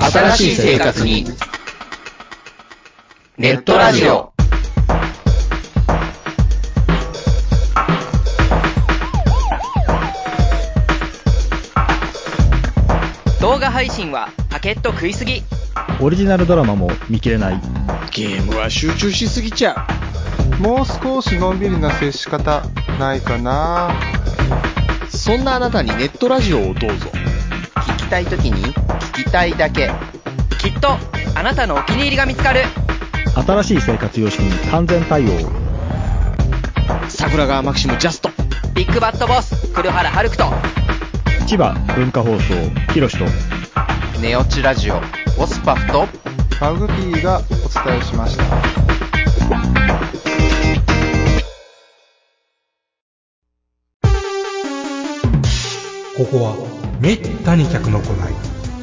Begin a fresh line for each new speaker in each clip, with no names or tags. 新しい生活に。ネットラジオ。
動画配信はパケット食いすぎ
オリジナルドラマも見切れない。
ゲームは集中しすぎちゃ
もう少しのんびりな接し方ないかな
うそんなあなたにネットラジオをどうぞ
聞きたいときに聞きたいだけきっとあなたのお気に入りが見つかる
新しい生活様式に完全対応。
桜川マキシムジャスト
ビッグバットボス黒原遥人
千葉文化放送、ひろしと。
ネオチラジオオスパフと
マグピーがお伝えしました。
ここはめったに客の来ない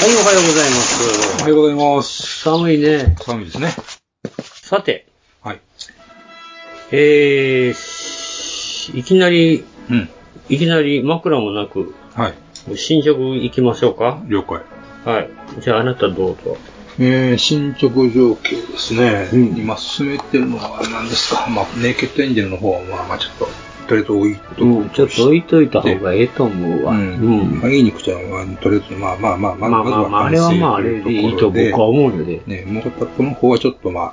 はい、おはようございます。
おはようございます。
寒いね。
寒いですね。
さて、
はい。
えーし、いきなり、
うん。
いきなり枕もなく、
はい。
新宿行きましょうか。
了解。
はい。じゃあ、あなたどうぞ。
えー、進捗状況ですね。今進めてるのは何ですか。 まあ、ネイケッドエンジェルの方は、まあ、まあ、ちょっと、とりあえず置いと
うん、ちょっと置いといた方がええと思う
う。
わ。うんん。
まあ、いい肉ちゃんは、とりあえず、まあまあまあ、
ま
ま
あ
あ
ま
ま
あ
ずは
まあ、あれはまあ、あ
完成
れでいい
と
と
ころで
僕は思うので。
ね、もうちょっとこの方はちょっとまあ、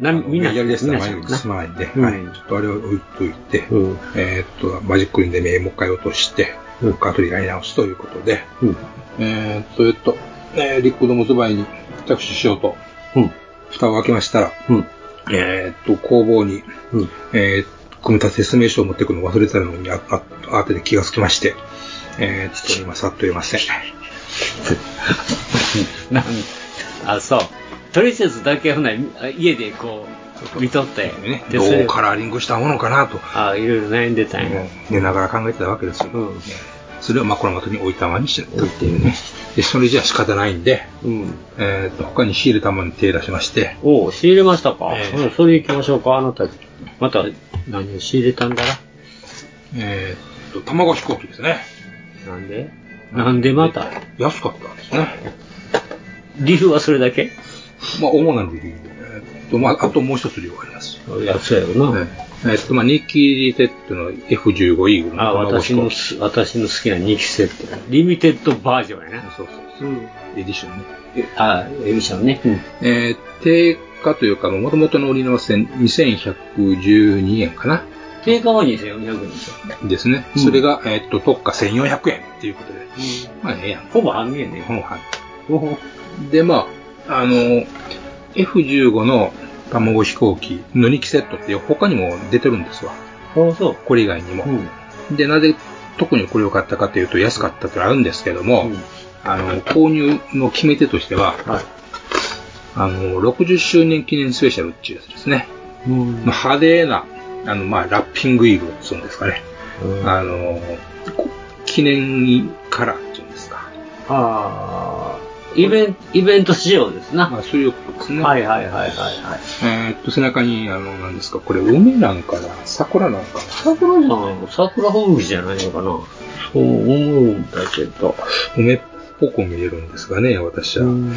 な、みんな、
やりだした
みん
ら前
なそう
に
やな
進まないんで、
うん
はい。ちょっとあれを置いといて、
うん。
えーっと、マジックインで目もう一回落として、
うん
カートリーやり直すということで、
うん。
えー、それと、えー、リックのモズバイに着手しようと、
うん。
蓋を開けましたら、
うん。
えー、っと、工房に、
うん。
えー、組み立て説明書を持ってくのを忘れてたのに、あ、あ、あてで気がつきまして、えー、ちょっと今、さっと言えません。
なんあ、そう。トリセツだけ、ほな、家でこう、見とって
ね、
で
ど
それ
うカラーリングしたものかなと、
あいろいろ悩んでたんや。
寝ながら考えてたわけですよ。
うん
それを、まあ、このままに置いたままにして
置いてるね。
で、それじゃ仕方ないんで、
うん。
えー、っと、他に仕入れたものに手出しまして、
おう仕入れましたか、
ええ
うん、それ行きましょうか、あなた。また、何を仕入れたんだら
えー、っと、卵飛行機ですね。
なんでなんでまた
安かったんですね。
理由はそれだけ
まあ、主な理由。えーっと、まあ、あともう一つ理由があります。
いや、そうやろな。
ねえーっと、まあ、ニッキーリテッドの F15 イーグルの
あ
卵
私
飛
の
行機。
す、私の好きな2期セット。リミテッドバージョンやな。
そうそうそう。エディションね。
あ、エミションね。
えー、定価というか、もともとの売りの千2112円かな
定価は2400円でしょ。
ですね。
うん
それが、えーっと、特価1400円っていうことで。まあ、ええやん。
ほぼ半減ね。
本半。
ほぼ
で、まあ、あの、F15 の卵飛行機の2機セットって他にも出てるんですわ。
ほぼそう。
これ以外にも。
うん。
で、なぜ特にこれを買ったかというと安かったってのはあるんですけども、
うん
あの、購入の決め手としては、
はい。
あの、60周年記念スペシャルっていうやつですね。
うん
まあ、派手な、あの、まあ、ラッピングイーグルっていうんですかね。あの、こ記念カラーっていうんですか。
あーイベント、イベント仕様ですな。
まあ、そういうことですね。
はいはいはいはいはい。
えーっと、背中に、あの、なんですか、これ、梅なんかな桜なんかな
桜じゃないの桜本気じゃないのかなそう思うんだけど。
梅っぽく見えるんですがね、私は。まあ、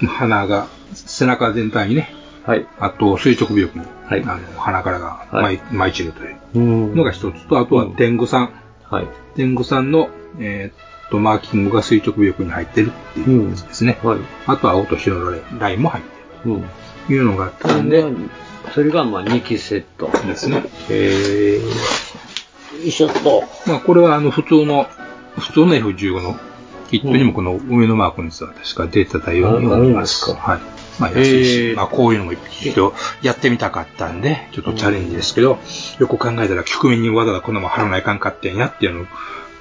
まあ鼻が、背中全体にね、
はい。
あと垂直尾翼に、
はい
あの鼻からが
は
舞
い
い舞い散るという
うん
のが一つと、あとは天狗さん。
はい。
天狗さんの、えーっと、マーキングが垂直尾翼に入ってるっていうやつですね。
はい。
あとは青と白のラインも入って
うん。
るというのがあったん
で
で、、
それがまあ2期セット。
ですね。
へえ。よいしょっと。
まあ、これはあの、普通の、普通の F15 のキットにもこの上のマークについては確か出てたように思います。
ああるんで
は
す
い。
まあ安い
へ
し、
ー
まあこういうのも一応やってみたかったんで、ちょっとチャレンジですけど、よく考えたら局面にわざわざこんなもん貼らないかんかってんやっていうのを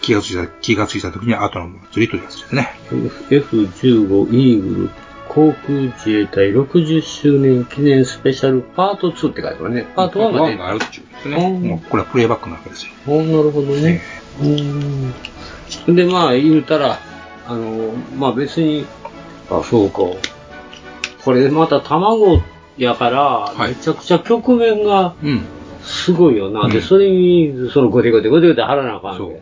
気がついた、気がついた時に後の祭りというやつですね。
F15 イーグル航空自衛隊60周年記念スペシャルパート2って書いてあるね。パート1が出
があるっていうことです
う
ね。
ん
もうこれはプレイバックなわけですよ。
おーなるほどね。うん。で、まあ、言うたら、あの、まあ別に、あ、そうか。これまた卵やから、
はい
めちゃくちゃ局面が
うん。
すごいよな。
う
で、
ん
それに、そのゴテゴテゴテゴテ貼らなあかん
そ
ね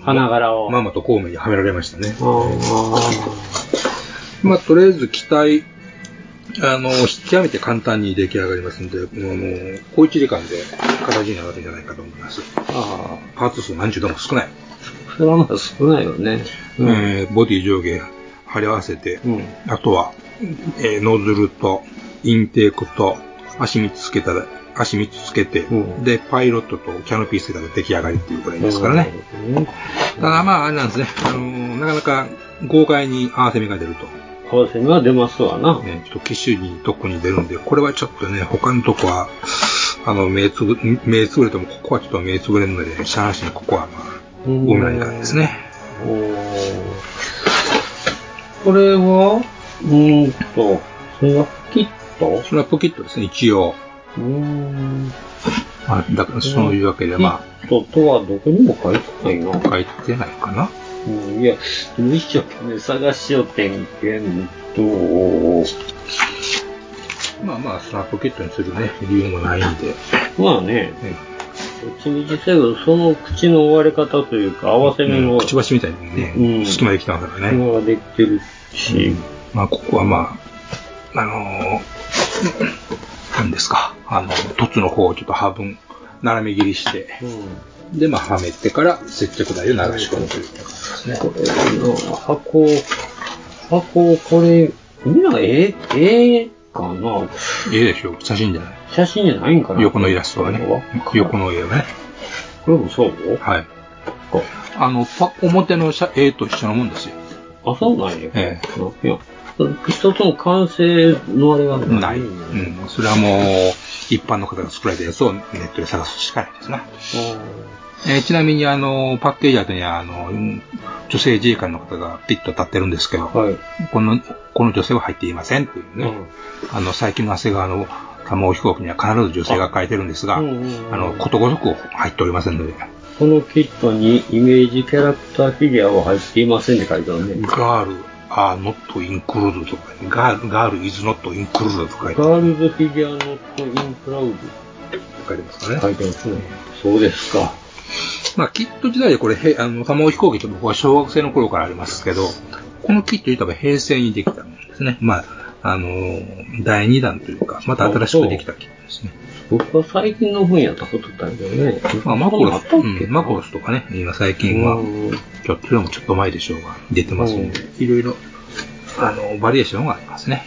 う。
花柄を。
まんまと孔明にはめられましたね。
あー
まあ、とりあえず機体、あの、極めて簡単に出来上がりますので、もう、小一時間で形になるんじゃないかと思います。
あ
パーツ数何十でも少ない。
ー。それはまだ少ないよね。うん。
えーボディ上下貼り合わせて、
うん
あとは、えーノズルと、インテークと、足3つつけたら、足3つつけて、
うん
で、パイロットとキャノピーつけたら出来上がりっていうぐらいですからね。ただまあ、あれなんですね。あのーなかなか豪快に合わせ目が出ると。
光線が出ますわな。
ね、ちょっと機種にどこに出るんで、これはちょっとね、他のとこは、あの、目つぶ、目つぶれても、ここはちょっと目つぶれるので、シャーシにここは、まあ、
う
ご
ん
めんないかんですね。
おーこれは、うーんと、それはキット
それはポキットですね、一応。
うーん。
まあ、だから、そういうわけで、ま
キットとはどこにも書いてないな。
あ、書いてないかな。
うんいや、一生懸命探しよってんけど、
まあまあ、そのポキットにするね、理由もないんで。
まあね、
ね
どっちみちせよ、その口の終わり方というか、合わせ目
う
の
んくちばしみたいにね、
うん
隙間できてますからね。
紐ができてるし、
まあ、ここはまあ、あのー、なんですか、あの、凸の方をちょっと半分、斜め切りして、
うん
で、まあ、はめてから接着剤を流し込むということですね。
これの箱、箱、これ、みんなええ、ええかない
いでしょう。写真じゃない。
写真じゃないんかな
横のイラストはね。横
の。
の絵はね。
これもそう
はい。あの、パ表の写絵と一緒のもんですよ。
あ、そうなんや。
え
いや、一つの完成のあれが
え。ない。うん。それはもう、一般の方が作られたやつをネットで探すしかないですな。えーちなみに、あの、パッケージ宛てには、あの、うん女性自衛官の方がピッと立ってるんですけど、
はい。
この、この女性は入っていませんっていうね。
うん
あの、最近の長谷川の玉尾飛行機には必ず女性が書いてるんですが、
あ
あ,、
うんうんうん
の、ことごとく入っておりませんので、
このキットにイメージキャラクターフィギュアは入っていませんって書いてあるね。
ガール、あ、ノットインクルードとか、ガール、ガールイズノットインクルードとか書いて
ガールズフィギュアノットインクラウ
書いてますからね。
ド書いてますね。そうですか。
まあ、キット時代でこれ、へあの、玉尾飛行機って僕は小学生の頃からありますけど、このキット自体は平成にできたものですね。まあ、あのー第2弾というか、また新しくできたキットですね。
僕は最近の本やったことだけどね。
まあ、マコロス、
こん
う
なんあったっけ
ん、マコロスとかね、今最近は、
うん
今日、それもちょっと前でしょうが、出てますんで、いろいろ、あの、バリエーションがありますね。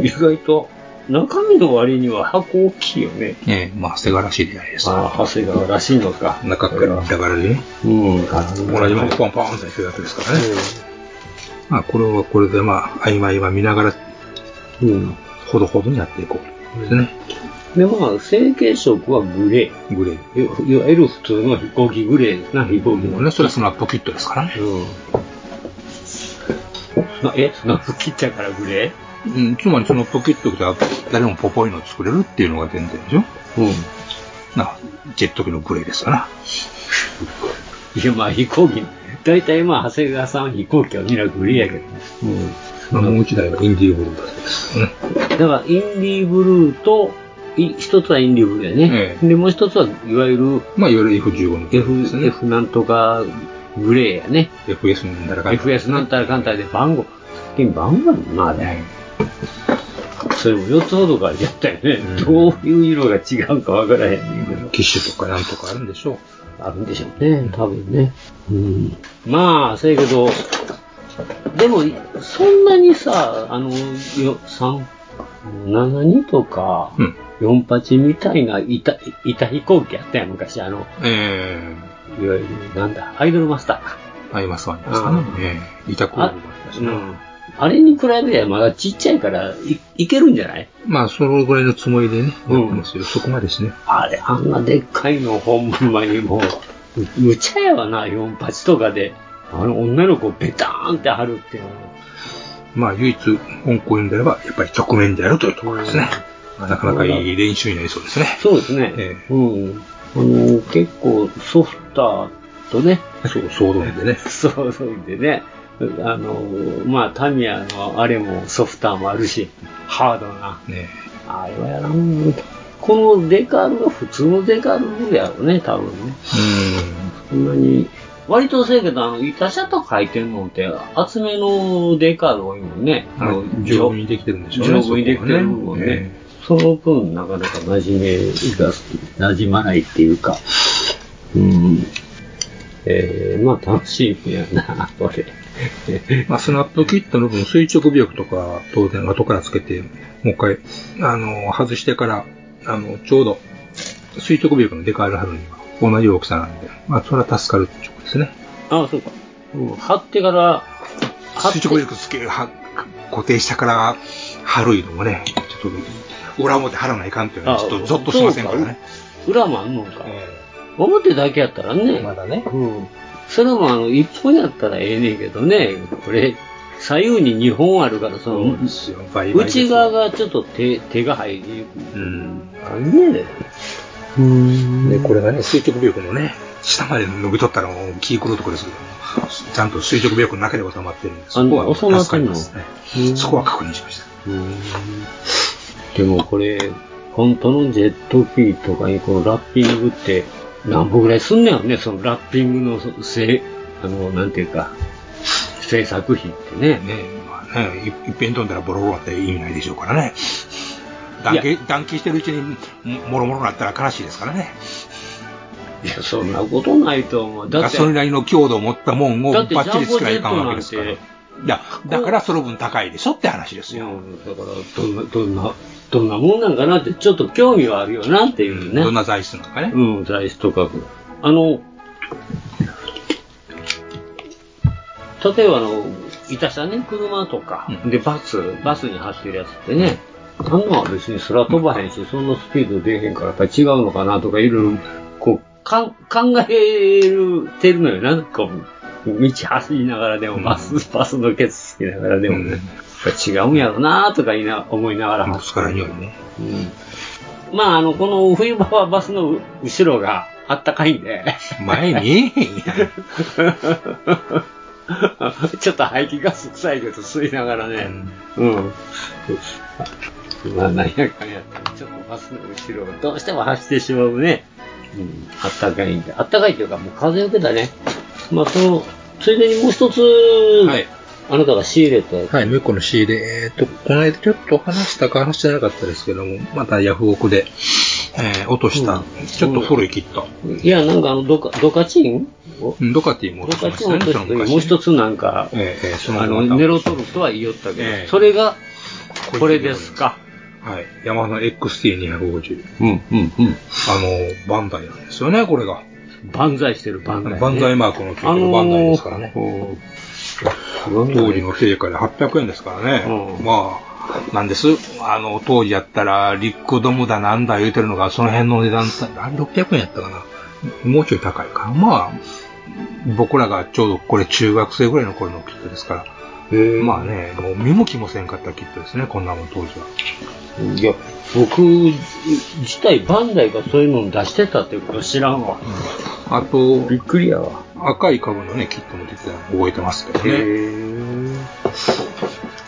意外と、中身の割には箱大きいよね。
ええまあ、セガらしいじゃないです
あ
か。
あ、長谷川らしいのか。
中から、だからね、
うん、
同じものをポンポンってやってるわけですからね。まあ、これはこれで、まあ、合間合間見ながら、
うん。うん。
ほどほどにやっていこう。ですね。
で、まあ、成形色はグレ
グレー。
ー。いいわゆる普通の飛行機グレーな飛行機
も
の
う
ね。
ね、それはスナップキットですからね。
うん。なえ、スナップ切っちゃうからグレ
うん、つまりそのポキットが誰もポポイの作れるっていうのが前提でしょ
ーうん。
な、ジェット機のグレーですから。
いや、まあ飛行機、大体まあ長谷川さんは飛行機はみんなグレーやけど。うん。
まあもう一台はインディーブルーだそうです。ね。
だから、インディーブルーと、い一つはインディーブルーやね
え。え
で、もう一つはいわゆ
まあ、いわゆる F15 の
る F
グレーです、ね。
F なんとかグレーやね。
FS にならかん
FS なんたらかんたらで番号。最近番号やもんな、あれ。それも4つほどからやったよね。
うん
どういう色が違うかわからへんねんけど。
機種とかなんとかあるんでしょう。
あるんでしょうね、多分ね。うん。まあ、せやけど、でも、そんなにさ、あの、よ、三、七二とか、
うん
四八みたいな板、板飛行機やったやん、昔。あの、いわ
え
ゆる、なんだ、アイドルマスターか。
ー、ありますわね。ありますかね。ええー、委託を
あ
ありましたし
う
ね
ん。あれに比べればまだちっちゃいからい、いけるんじゃない
まあ、そのぐらいのつもりでね、
うん
やってますよ。そこまでですね。
あれ、あんなでっかいの、ほんまにもう、むむちゃやわな、48とかで。あの、女の子ベターンって貼るっていうのは
まあ、唯一、本校員であれば、やっぱり直面であるというところですね。なかなかいい練習になりそうですね。
そうですね。
え
うん。あの、結構、ソフターとね、
そう、騒動でね。
そうそうでね、あの、まあ、タミヤのあれもソフターもあるし、ハードな。
ね
あれはやらん。このデカールが普通のデカールやろうね、多分ね。そんなに。割とせやけど、あの、板車と書いてるのって、厚めのデカール多いもんね。
うん。まあ
あの
丈夫にできてるんでしょうね。
丈夫にできてるもんね。その分、なかなか馴染めが、馴染まないっていうか、うん。えー、まあ楽しみやな、これ。
ええまあ、スナップキットの分、垂直尾翼とか、当然後からつけて、もう一回、あの、外してから、あの、ちょうど、垂直尾翼のデカール貼るには、同じ大きさなんで、まあ、それは助かるってことですね。
ああ、そうか。うん、貼ってから、貼って
垂直尾翼つけ、は固定したから貼るいうのもね、ちょっと、裏表貼らないかんっていうのは、ちょっとゾッとしませんからね。
そうか裏もあんのか。
え
表だけやったらね。
えまだね。
うん。それもあの、一本やったらええねんけどね、これ、左右に二本あるから、その、
よ倍々ですよ
内側がちょっと手、手が入り、
うん。
あんね
で、これがね、垂直尾翼のね、下まで伸びとったらもう気狂うとこですけど、ちゃんと垂直尾翼の中で収まってるんで、そこ
あ
は
収まっ
助か
てん
り
の
ますね。そこは確認しました。
でもこれ、本当のジェット機とかにこのラッピングって何本ぐらいすんねやろね、そのラッピングのそせい、あの、なんていうか、制作費ってね。
ね、まあね、いいっぺん飛んだらボロボロって意味ないでしょうからね。断
い
気断気してるうちにももろもろなったら悲しいですからね。
いや、そんなことないと思う。だ
ガ
って、
ソリンなりの強度を持ったもんを
だ
バ
って
ッチリ作らないかんわけです
ジ
か
ャン
ら。
ボジェ
い
ット
や、だからその分高いでしょって話です
いや
よ。
だから、どんな、どんな、どんなもんなんかなって、ちょっと興味はあるよなっていうね。
どんな材質なのかね。
うん、材質とか。あの、例えばあの、いたしたね、車とか、
うん
で、バス、バスに走ってるやつってね、あんなは別に空飛ばへんし、そんなスピード出へんから、やっぱり違うのかなとか、いろいろ、こう、かん考えるてるのよ。なんか、道走りながらでも、バス、バスのケツつきながらでも、
うん
やっぱ違うんやろなとか言いな思いながら走って
力によりね。
まあ、あの、この冬場はバスの後ろがあったかいんで、
前見えへんやん。
ちょっと排気ガス臭いけど吸いながらね、うん。 まあ、なんやかんやって、ちょっとバスの後ろがどうしても走ってしまうね。うん、あったかいんで。あったかいというか、もう風受けだね。まあ、その、ついでにもう一つ、
はい
あなたが仕入れた、
はい、もう一個の仕入れ、えーっと、この間ちょっと話したか話してなかったですけども、またヤフオクで、えー落とした、ちょっと古いキット。
いや、なんかあの、ドカ、ドカチンを
うんドカティも
ド
落と
カ
しま
チ
し
ン
た
を落
ね、その
とし
昔、
て、も
ね。
う一つなんか、
えーえーその
あの、
また
ネロトルクとは言おったけど、
ええ
それが、これですか。
はい。ヤマハの XT250。
うん、うん、
あの、バンダイなんですよね、これが。
うん。万歳してる万歳、ね。
バンザイマークのついて
あの
る
ー
バンダイですからね。
うん
当時の定価で800円ですからね。
うん
まあ、なんです。あの、当時やったら、リックドムだなんだ言うてるのが、その辺の値段だ、あれ600円やったかな。もうちょい高いか。まあ、僕らがちょうどこれ中学生ぐらいの頃のキットですから。まあね、もう見向きもせんかったキットですね、こんなもん当時は。
いや、僕自体バンダイがそういうのを出してたってこと知らんわ。
あと、
びっくりやわ。
赤い株のね、キットも出てたの覚えてますけど
へ
ね。
ー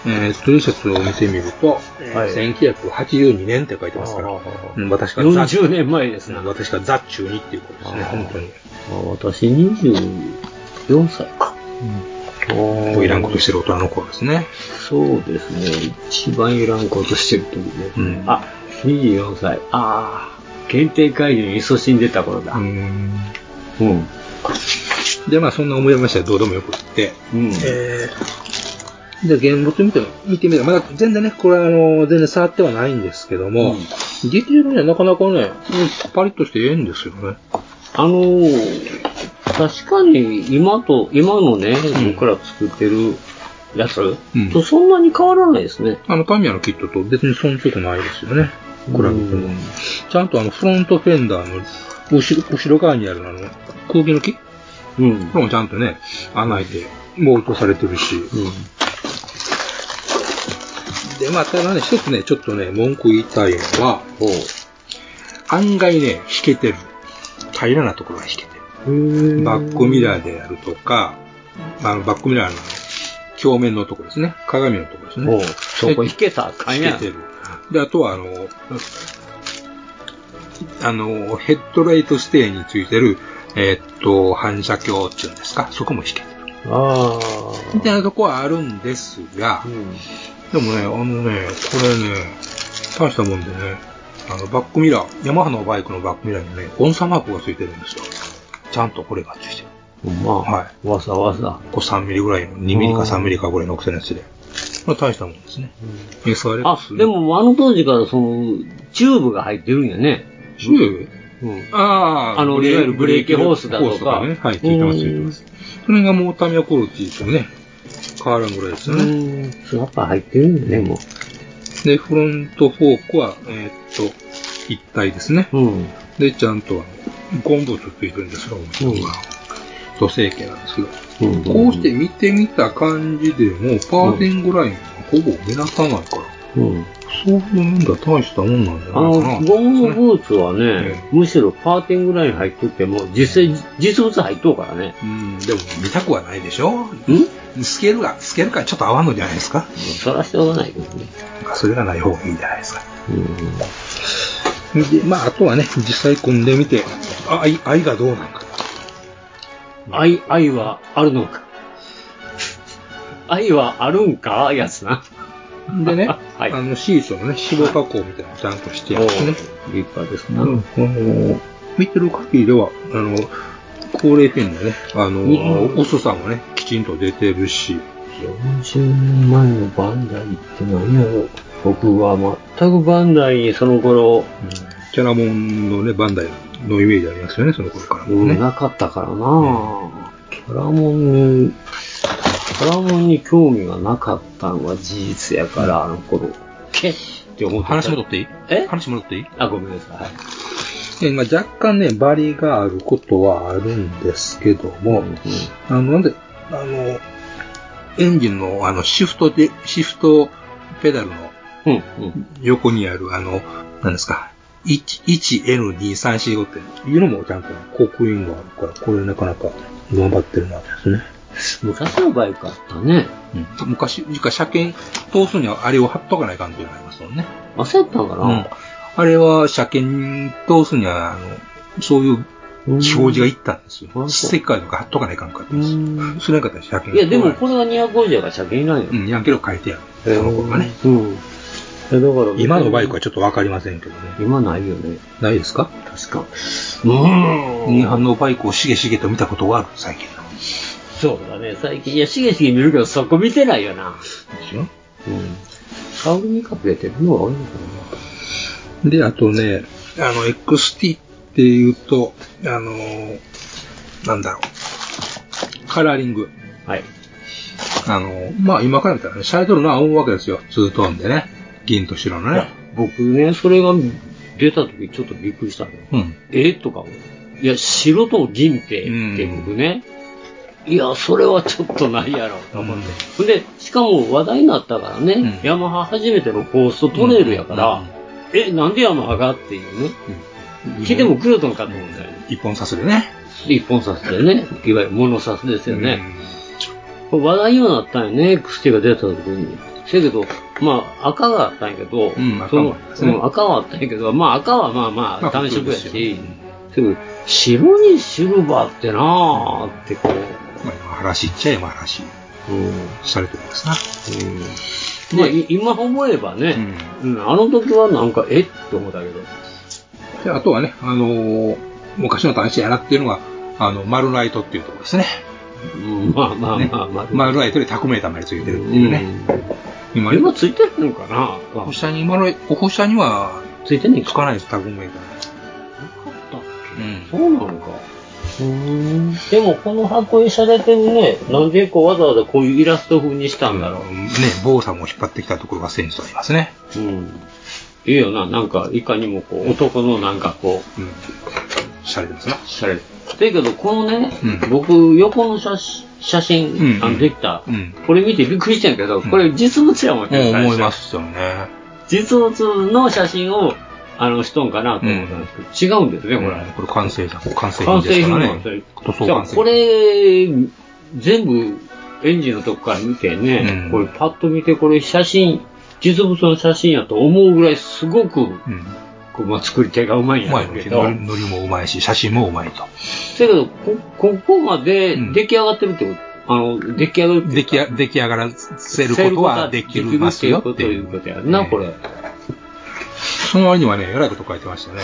えー、という説を見てみると、
はい
1982年って書いてますから、
ああああ
うん私がザ
40年前ですな。
私がザ中にっていうことですね、
ああ
本当に。
あ私24歳か。うん
もういらんことしてる大人の頃ですね。
そうですね。一番いらんことしてると思うね。
うん
あ、24歳。ああ、限定会議に勤しんでた頃だ。
うん
うん。
で、まあそんな思い出ましたらどうでもよくって、
うん。
えー、で、現物見て、見てみれば、まだ全然ね、これはあの、全然触ってはないんですけども、ディテールにはなかなかね、パリッとしてええんですよね。
あのー確かに今と、今のね、僕ら作ってるやつ、
ん
とそんなに変わらないですね。
あの、タミヤのキットと別に遜色ないですよね。比べて
う
も
ん。
ちゃんとあの、フロントフェンダーの後ろ、後ろ側にあるあの、空気抜きこ
うん。
れもちゃんとね、穴開いて、モルトされてるし。で、まあ、ただね、一つね、ちょっとね、文句言いたいのは、案外ね、引けてる。平らなところが引けてる。バックミラーであるとか、あの、バックミラーの表面のところですね。鏡のところですね
お。うそこ引けたらあかんやん
つけてる。で、あとは、あの、あの、ヘッドライトステーについてる、えーっと、反射鏡っていうんですか、そこも引けてる。
あ
みたいなとこはあるんですが、
あ。うん。
でもね、あのね、これね、大したもんでね、あの、バックミラー、ヤマハのバイクのバックミラーにね、音差マークがついてるんですよ。ちゃんとこれがついてる。
ほんま
は
わざわざ。
こう3ミリぐらいの、2ミリか3ミリかぐらいの大きさのやつで。まあ大したもんですね。SRX の
あ、で、もあの当時からその、チューブが入ってるんやね。
ジュー
うん。
ああ、
あの
ブレ
いわゆるブレーキホースだとか
ブレーキホースとね、はい、ついてます、ついてます。それがもうタミヤコルティとね、変わらんぐらいですよね。
うん。やっぱ入ってるんやね、も
で、フロントフォークは、えーっと、一体ですね。
う。うん。
で、ちゃんとあの、ゴンブーツついてるんですよ、
うん
土星系なんですけど。
うん
こうして見てみた感じでも、パーテングラインはほぼ目立たないから、
うん。
そういう面では大したもんなんじゃ
あ
ない
の、
かな。
ゴムブーツはね
え、
むしろパーティングライン入っとっても、実際、実物入っとうからね。
うん、でも見たくはないでしょ
ん
スケールが、スケール感ちょっと合わんのじゃないですか
そらしょうがないけどね。
なんかそれがない方がいいんじゃないですか。
うん。
で、まあ、あとはね、実際組んでみて、あ愛、愛がどうなのか。
愛、愛はあるのか。愛はあるんかやつな。
で ね、
はい
あの、シーソーのね、脂肪加工みたいなのちゃんとしてやるしね。
おう立派ですな。
うん、あの、見てる限りでは、あの、高齢フェンダーね、あ
う
の、遅さもね、きちんと出てるし、
40年前のバンダイって何やろ僕は全くバンダイにその頃、
キャラモンのね、バンダイのイメージありますよね、その頃からも
うん
ね。
なかったからなキャラモンに、キャラモンに興味がなかったのは事実やから、あの頃。けっって思ってた。
話戻っていい
え
話戻っていい
あ、ごめんなさい。はい
えまあ、若干ね、バリがあることはあるんですけども、あの、なんで、あの、エンジンのあのシフトで、シフトペダルの
うん、うん。
横にある、あの、なんですか、1 1N2345 っていうのもちゃんと刻印があるから、これなかなか頑張ってるなですね。
昔のバイクあったね。
うん、昔、実家車検通すにはあれを貼っとかないかんっていうのがありますもんね。
焦ったんか
うん
な、。
あれは車検通すには、あの、そういう
うん
表示がいったんです
う
よ。
ん
世界とか貼っとかないかんかったんです
う
よ。
ん
それなかったら車検
いや、でも
通
これは250やから車検いないよ。
らないうん、やんけど変えてやる。その頃はね。
うん。え、だから。
今のバイクはちょっとわかりませんけどね。
今ないよね。
ないですか
確か。う
日本のバイクをしげしげと見たことがある、最近の。
そうだね。最近、いや、しげしげ見るけど、そこ見てないよな。うん。香りに隠れてるのが多いのか
で、あとね、あの、XT っていうと、あのーなんだろう。カラーリング。
な。はい。
あのーまあ今から見たらね、シャイドルの青いわけですよ。ツートーンでね。銀と白のね。
僕ね、それが出た時ちょっとびっくりしたの。
うん。
えとかも。いや、白と銀って、
うん
って僕ね。いや、それはちょっとないやろ。
頑張って。
ほんで、しかも話題になったからね、
うん
ヤマハ初めてのコーストトレイルやか
う
ら、
ん
え、なんでヤマハがっていうね。聞いても来るとんかと思うんだよね。
一本さすでね。
一本札でね、 いわゆる物札ですよね。話題にはなったんよね、XT が出た時に。せやけど、まあ、赤があったんやけど、
うん
そ
赤も
の
ありますね
うん赤はあったんやけど、まあ、赤はまあま
ま
あ、
あ
単
普通
色
で
や
すよ
し、せやけど白にシルバーってなあってこ
う
う、
ん。まあ今話っちゃえば話
うん
されてるんですな。
まあ、い今思えばね、うん、あの時はなんか、えって思ったけど。
で、あとはね、あのー昔の単車やなっていうのが、あの、マルライトっていうところですね。
うん、まあまあ
ね
まあまあ。
マルライトで100メーターまでついてるっていうね。今
あれはついてるのかな
お保車に、マルライト、お保車には
ついてんねん
つ
か。
かないです、100メーター。
なかったっ
う
け
ん
そうなのか。
うん。
でも、この箱絵されてるね、なんでこうわざわざこういうイラスト風にしたんだろ
ね、坊さんを引っ張ってきたところがセンスありますね。
う。うん。いいよな、なんか、いかにもこう、男のなんかこう、
うん。しゃれてますな。
しゃれ。だけど、このね、
うん
僕、横の写真、写真、
うん
あの、できた、
うん
これ見てびっくりしたんやけど、
ん
これ実物やもんね、
もう
最初
思いま。すよね。
実物の写真を、あの、しとんかなと思ったんですけど、違うんですね、これ。
これ完成作、完成品
完
で
成
す
品
から
なんです
ね
よ。
塗装
じゃ
完
あ
成品
これ、全部、エンジンのとこから見てね、
うん
これパッと見て、これ写真、実物の写真やと思うぐらいすごく、
うん。
こうまあ、作り手がうまいん
う
や
まい
ろうけど、だ
の乗りもうまいし、写真もうまいと。
けどこ、ここまで
うん
出来上がってるってこと、あの、出来上がるって
出来や出来上がらせることはできますよって
い
いうう。
ことやんな、
ね
これ。
その割にはね、えらいこと書いてましたね。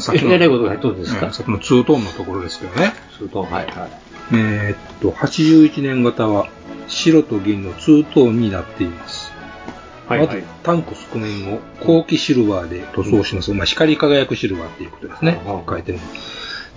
さ
えらいことがどうですか、
うんさっきのツートーンのところですけどね。
すると、はいはい。
えーっと、81年型は白と銀のツートーンになっています。
はい
ま
は
ず
い。、
タンク側面を後期シルバーで塗装します。まあ、光り輝くシルバーっていうことですね。
うん
書いてる。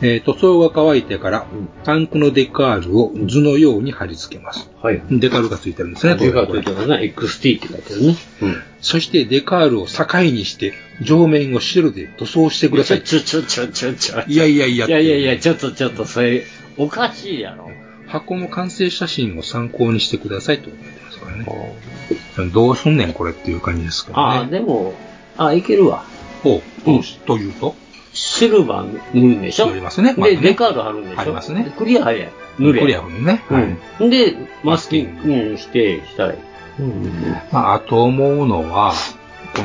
えー塗装が乾いてから、タンクのデカールを図のように貼り付けます。
はい。
デカールがついてるんですね、
デカ
こ
と
れ
言ってますね。XT って書いてるね。うん。
そしてデカールを境にして、上面を白で塗装してください。
ちょちょちょちょちょ。
いやいやいや。
いやいやいや、ちょっとちょっと、それ、おかしいやろ。
箱の完成写真を参考にしてくださいと書いてますからね。どうすんねんこれっていう感じですか
あ
ら
あ、
ね。
でも、ああ、いけるわ。
ほう
うん
というと、
シルバー塗るんでしょ
塗りますねまず
で、
ね
デカール貼るんでしょ
貼りますね
でクリア貼りや。塗れ。
クリア。にね。
う
はい
ん。で、マスキン
マス
グうんして、したい。うん。
まあ、あと思うのは、こ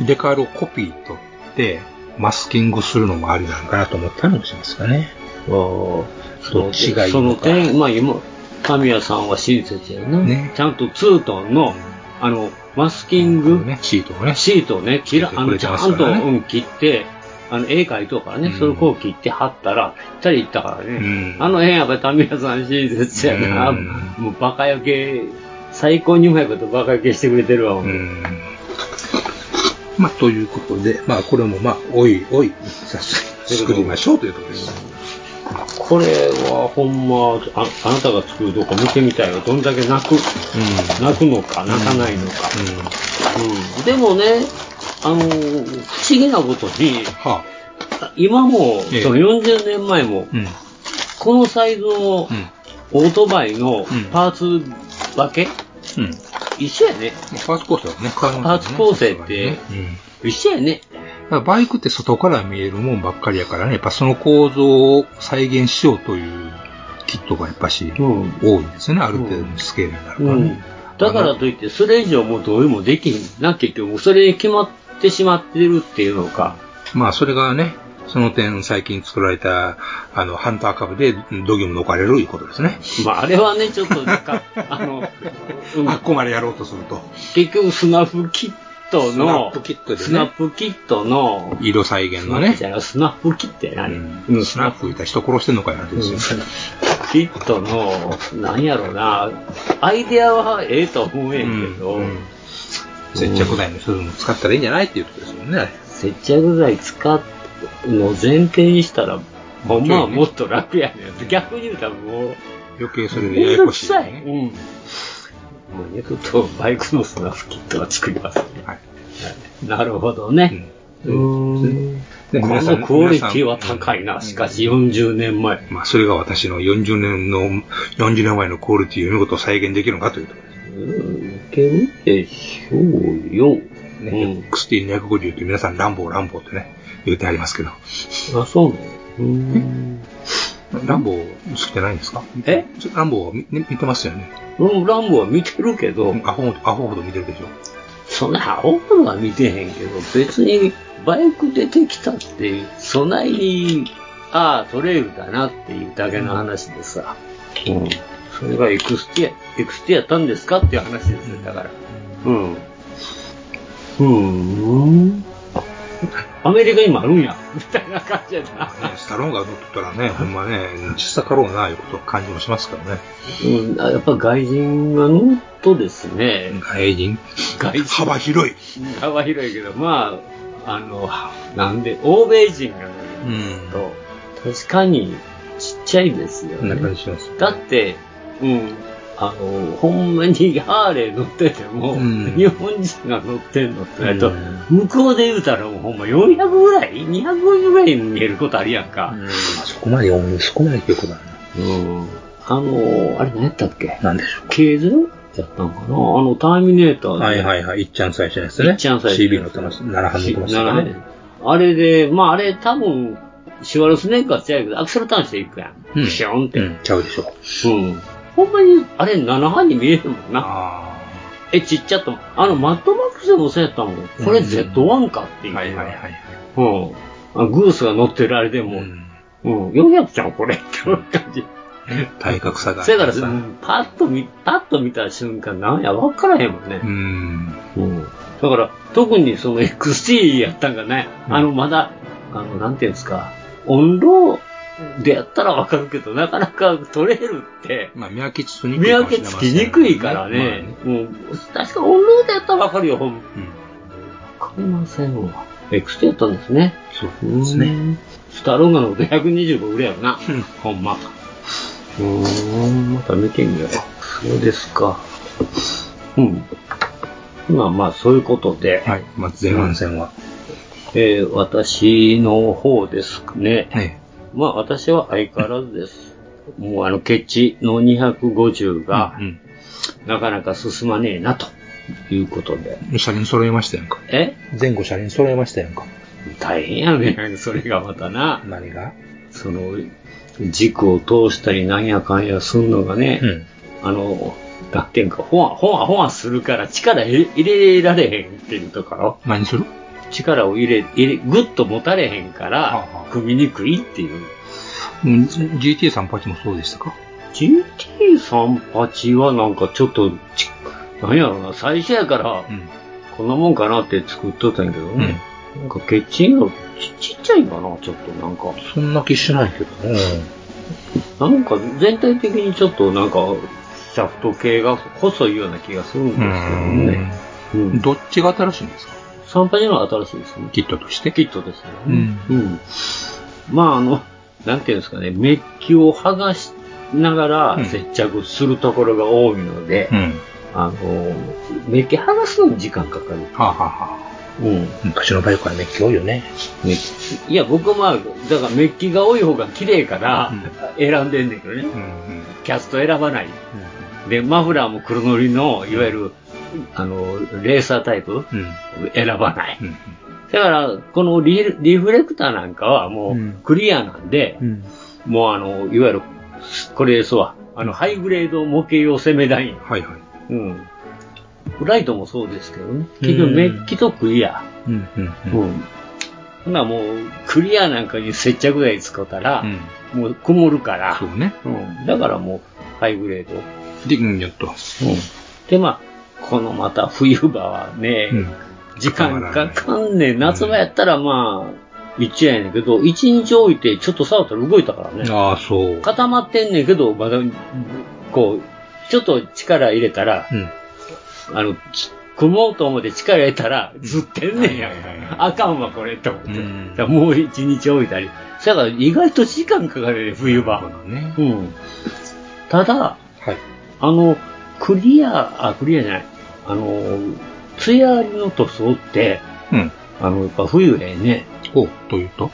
のデカールをコピー取って、マスキングするのもありなのかなと思ったりもしますかね。
ど
どっちがいい
そ
の
の
か
点、まあ今、神谷さんは親切やな、
ね
ちゃんとツートンの、あの、マスキング、
ね、シートをね。
シートをね、切ら、あ
く
の、
れ
ち
て
ゃ
ま
ん
す
と、
からね
うん、切って、あの、絵描いとうからね、
うん
それをこう切って貼ったら、ぴったりいったからね。
うん
あの辺やっぱり神谷さん親切やな、
うん
もうバカ焼け、最高にうまいことバカ焼けしてくれてるわ、
うーんまあ、ということで、まあ、これもまあ、おいおい、さす作りましょうというところです。
これはほんまあ、あなたが作るとこ見てみたいわ。どんだけ泣く、
う
泣くのか、泣かないのか。
うん。は
うんでもね、あのー不思議なことに、
あ、
今も、
ええ
その40年前も、
うん。
このサイズのオートバイの
うん
パーツ分け、
うん。うん。
一緒やね。
パーツ構成はね、変わり
パー
ます
ツ
よね
構成って
うん。
一緒やね。
だからバイクって外から見えるもんばっかりやからね、やっぱその構造を再現しようというキットがやっぱし、
うん
多いんですよね、ある程度のスケールになるから
うん
ね。
だからといって、それ以上もうどうにもできひんな、結局。それに決まってしまってるっていうのか。
まあそれがね、その点最近作られた、あの、ハンター株でドギムの置かれるいうことですね。
まあ、あれはね、ちょっとなん か、あの、うん
あっこまでやろうとすると、
結局スナップキットの、
スナップキットでね
スナップキットの、
色再現の
ね
ね、、
スナップキットやな、あれ
う
うん
ん、スナップいた人殺してんのかよなってですよ。
キットの、なんやろな、アイデアはええと思うんやけど、
うんうん接着剤のそういうの使ったらいいんじゃないっていうことですよね。
接着剤使うのを前提にしたら、ほんまはもっと楽やねん。逆に言うたらもう、
余計それでや
めん
や
ど
こ
く
しい、
さい。
ね。
うん。もう二度とバイクのスナップキットは作ります、ね。
はい
なるほどね。うん
で
こ
皆さん
のクオリティは高いな。しかし40年前。
まあ、それが私の40年の、40年前のクオリティを見事再現できるのかというところで
うんいけるでしょうよ。
すね。XT250 って皆さん、ランボー、ランボーってね、言ってありますけど、
うん。あ、そうね。うん。
ランボー好きじゃないんですか
え
ランボーは見,、ね、見てますよね。
うん、ランボは見てるけど、
アホ、アホほど見てるでしょ。
そんなアホなのは見てへんけど、別にバイク出てきたって、そないに、ああ、トレイルだなっていうだけの話でさ。うん。それがエクスティア、エクスティアやったんですかっていう話ですよ、だから。うん。うん。アメリカにもあるんや、みたいな感じやな。
ねスタローンが乗ってたらね、ほんまね、小さかろうな、いうことを感じもしますからね。
うん、あやっぱ外人が乗っとですね、
外人
外人
幅広い。
幅広いけど、まあ、あの、なんで、欧米人が乗
うん
ると、確かにちっちちゃいですよ
そんな感
ね。
じします。
だって、うん。あの、ほんまにハーレー乗ってても、
うん
日本人が乗ってんのってなると、
うん
向こうで言うたらもうほんま400ぐらい ?250 ぐらいに見えることあるやんか。
あそこまで重い、そこまでっていうことだね。
うん。あの、あれ何やったっけ
なんでしょ
?K0? やったんかなあの、ターミネーター
う。
で。
はいはいはい。いっちゃん最初のやつね。
いっちゃん最初の
CB
や
の
つ
友達、奈良藩の友達と
な
か
ら
ね。
あれで、まああれ多分、シュワルスネッガーちゃうけど、アクセルターンしていくやん。
うん
ピションって。
うん、ちゃうでしょ。
うん。ほんまに、あれ、7班に見えるもんな。
あ
え、ちっちゃっとも。あの、マットマックスでもそうやったもん。これ Z1 かっていう。
はいはいはいはい。
うん。あグースが乗ってるあれでも、
ん
うん、400ちゃんこれっていう感じ。
体格差が。
せやから、うんパッと見、パッと見た瞬間、なんや、わからへんもんね
う。ん。
うん。だから、特にその XT やったんかね、あの、まだ、あの、なんていうんですか、音量でやったらわかるけど、なかなか取れるって、
まあ、見分けつきにく
見
いかも
分
しれ
け
ま
つ
せん
きにくいからね。
ま
うん、確か音量でやったらわかるよ、ほん。わ
あうん。
かりませんわ。XT やったんですね。
そうですね。
ね。スタローンガのこと125ぐらいやろな
うん。
ほんま。うーん、また見てみよう。そうですか。うん。まあまあ、そういうことで。
はい。まあ、前半戦は。
えー私の方ですね。
はい。
まあ私は相変わらずです。もうあのケチの250が
うん。
なかなか進まねえなということで。
車輪揃えましたやんか。
え
前後車輪揃えましたやんか。
大変やねん、それがまたな。
何が
その、軸を通したりなんやかんやすんのがね、
うん。
あの、だってんか、ほわほわほわするから力入れ入れられへんっていうところ。
何する
力を入れ、入れ、ぐっと持たれへんか
は
ら
あはあ、
組みにくいっていう。
うん、GT38 もそうでしたか
GT38 はなんかちょっとち、なんやろな、最初やから、
ん。
こんなもんかなって作っとったんやけど
う
ね
ん。。
なんかケチンのちちっちゃいんかな、ちょっとなんか。
そんな気しないけど。
なんか全体的にちょっとなんか、シャフト系が細いような気がするんです
う
けど
ん。
ね。うん。
どっちが新しいんですか
38のは新しいですね。
キットとして。
キットですね。
うん
うん。まああの、なんていうんですかね、メッキを剥がしなが
うん
ら接着するところが多いので、
うん。
あの、メッキ剥がすのに時間かかる。
はあ、はあはあ、
うん。
昔のバイクはメッキ多いよね。
メッキ。いや、僕はまあ、だからメッキが多い方が綺麗から
うん
選んでんだけどね。
うん。うん。
キャスト選ばない。で、マフラーも黒塗りの、いわゆる、あの、レーサータイプ
うん。
選ばない。
うん。
だから、このリリフレクターなんかはも
うん
うクリアなんで、
うん。
もうあの、いわゆる、これですわ。あの、ハイグレード模型用攻めライン。
はいはい。
うん。ライトもそうですけどね。結局メッキとクリア。
うん。うん。
うん。ほなもう、クリアなんかに接着剤使ったら
う、ん。
もう曇るから
そ、うね。
うん。だからもう、ハイグレード。
で、うん、やっと。
で、まあ、このまた冬場はね、
うん。
時間かかんねえ。夏場やったらまあ、一夜やねんけど、一日置いてちょっと触ったら動いたからね。
ああ、そう。
固まってんねんけど、まだ、こう、ちょっと力入れたら、
うん。
あの、組もうと思って力入れたら、ずってんねんや
はいはいはいはい。
あかんわ、これ、と思って。
うん
だからもう一日置いたり。だから意外と時間かかるね、冬
なる
場。
ほどね。
うん。ただ、
はい。
あの、クリア、あ、クリアじゃない。あの、ツヤありの塗装って、
うん。
あの、やっぱ冬へね、
お、というと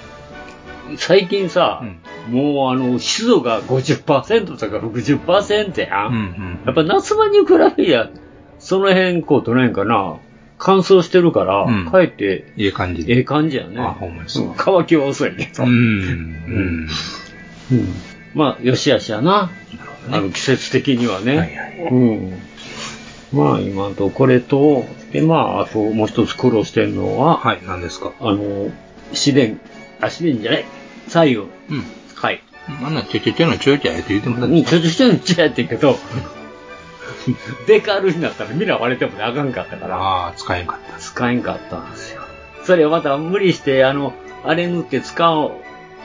最近さ、
うん
もうあの、湿度が50%とか60%や
うん。うん。
やっぱ夏場に比べりゃ、その辺こう取れんかな。乾燥してるから、
うん
かえって、
いい感じ
ええ
で。
感じやね。
あほんまですか
う乾きは遅いけ
う
ど。
ん。うん。
うんまあ、よしあしやな。あの、季節的にはね。
はいはい。
うん。まあ、今のとこれと、で、まあ、あともう一つ苦労してるのは、
はい、何ですか
あの、試練、あ、試練じゃない。左右。
うん。
はい。
あんなちょいちょいちょいのちょいちょいって言ってもらっ
うん、ちょちょちょちょやってんけど、 デカールになったらミラー割れてもあかんかったから。
ああ、使えんかった。
使えんかったんですよ。それをまた無理して、あの、あれ塗って使おう。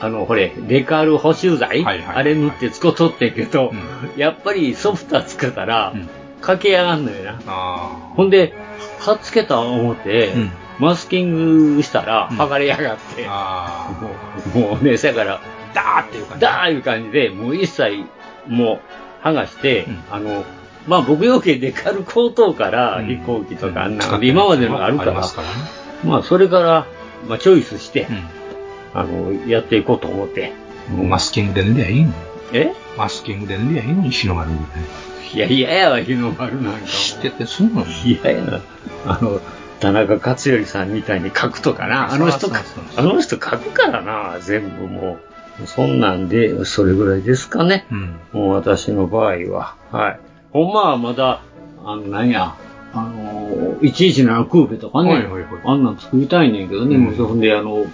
あの、これ、デカール補修剤、
はいはい
あれ塗って使うとってんけど、
う
やっぱりソフトつけたら、
うん
駆け上がんのよな。
あ
ほんで、はっつけた思って、
うん
マスキングしたら、
うん
剥がれやがって、
あ。ああ。
もうね、せやから、
ダーっていう感じ。
だーいう感じで、もう一切、もう、剥がして、
うん
あの、まあ、僕用件でカル高等から
うん
飛行機とか、あんな
使っ
の
て
今までのがあるか
り
ら、
ますからね。
まあ、それから、まあ、チョイスして、
う
あの、やっていこうと思って。
ん。もうマスキングで塗りゃいいのに。
え
マスキングで塗りゃいいのに、日の丸ぐらい。
いや、嫌やわ、日の丸なんかも。
知っててすんのに。
いややな。あの、田中克則さんみたいに書くとかな。あの人か
そうそう、そ
あの人書くからな、全部もう。そんなんで、それぐらいですかね。
うん。
もう私の場合は。はい。ほんまはまだ、あの、なんや、あの、117クーペとかね、
はいはいはい
あんなん作りたいねんけどね、
うん
もうそんで、あの、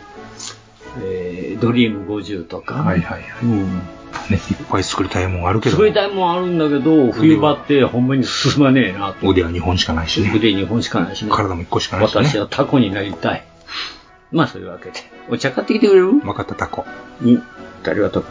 えードリーム50とか、
はいはいはい。
うん、
ね、いっぱい作りたいもんあるけど。
作りたいもんあるんだけど、冬場ってほんまに進まねえなと。
腕は2本しかないしね。
腕2本しかないしね。
体も1個しかないしね。
私はタコになりたい。まあ、そういうわけで。お茶買ってきてくれる
分かったタコ。
うん。ありがとう。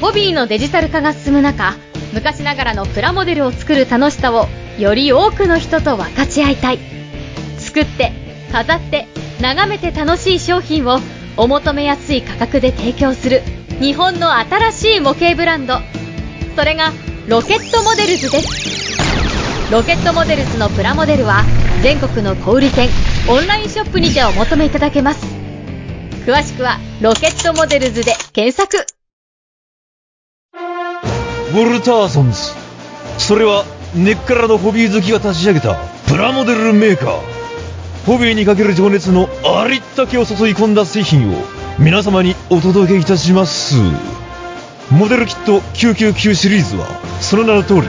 ホビーのデジタル化が進む中昔ながらのプラモデルを作る楽しさをより多くの人と分かち合いたい作って飾って眺めて楽しい商品をお求めやすい価格で提供する日本の新しい模型ブランドそれがロケットモデルズですロケットモデルズのプラモデルは全国の小売店オンラインショップにてお求めいただけます詳しくは「ロケットモデルズ」で検索
ウォルターソンズそれは根っからのホビー好きが立ち上げたプラモデルメーカーホビーにかける情熱のありったけを注い込んだ製品を皆様にお届けいたしますモデルキット999シリーズはその名の通り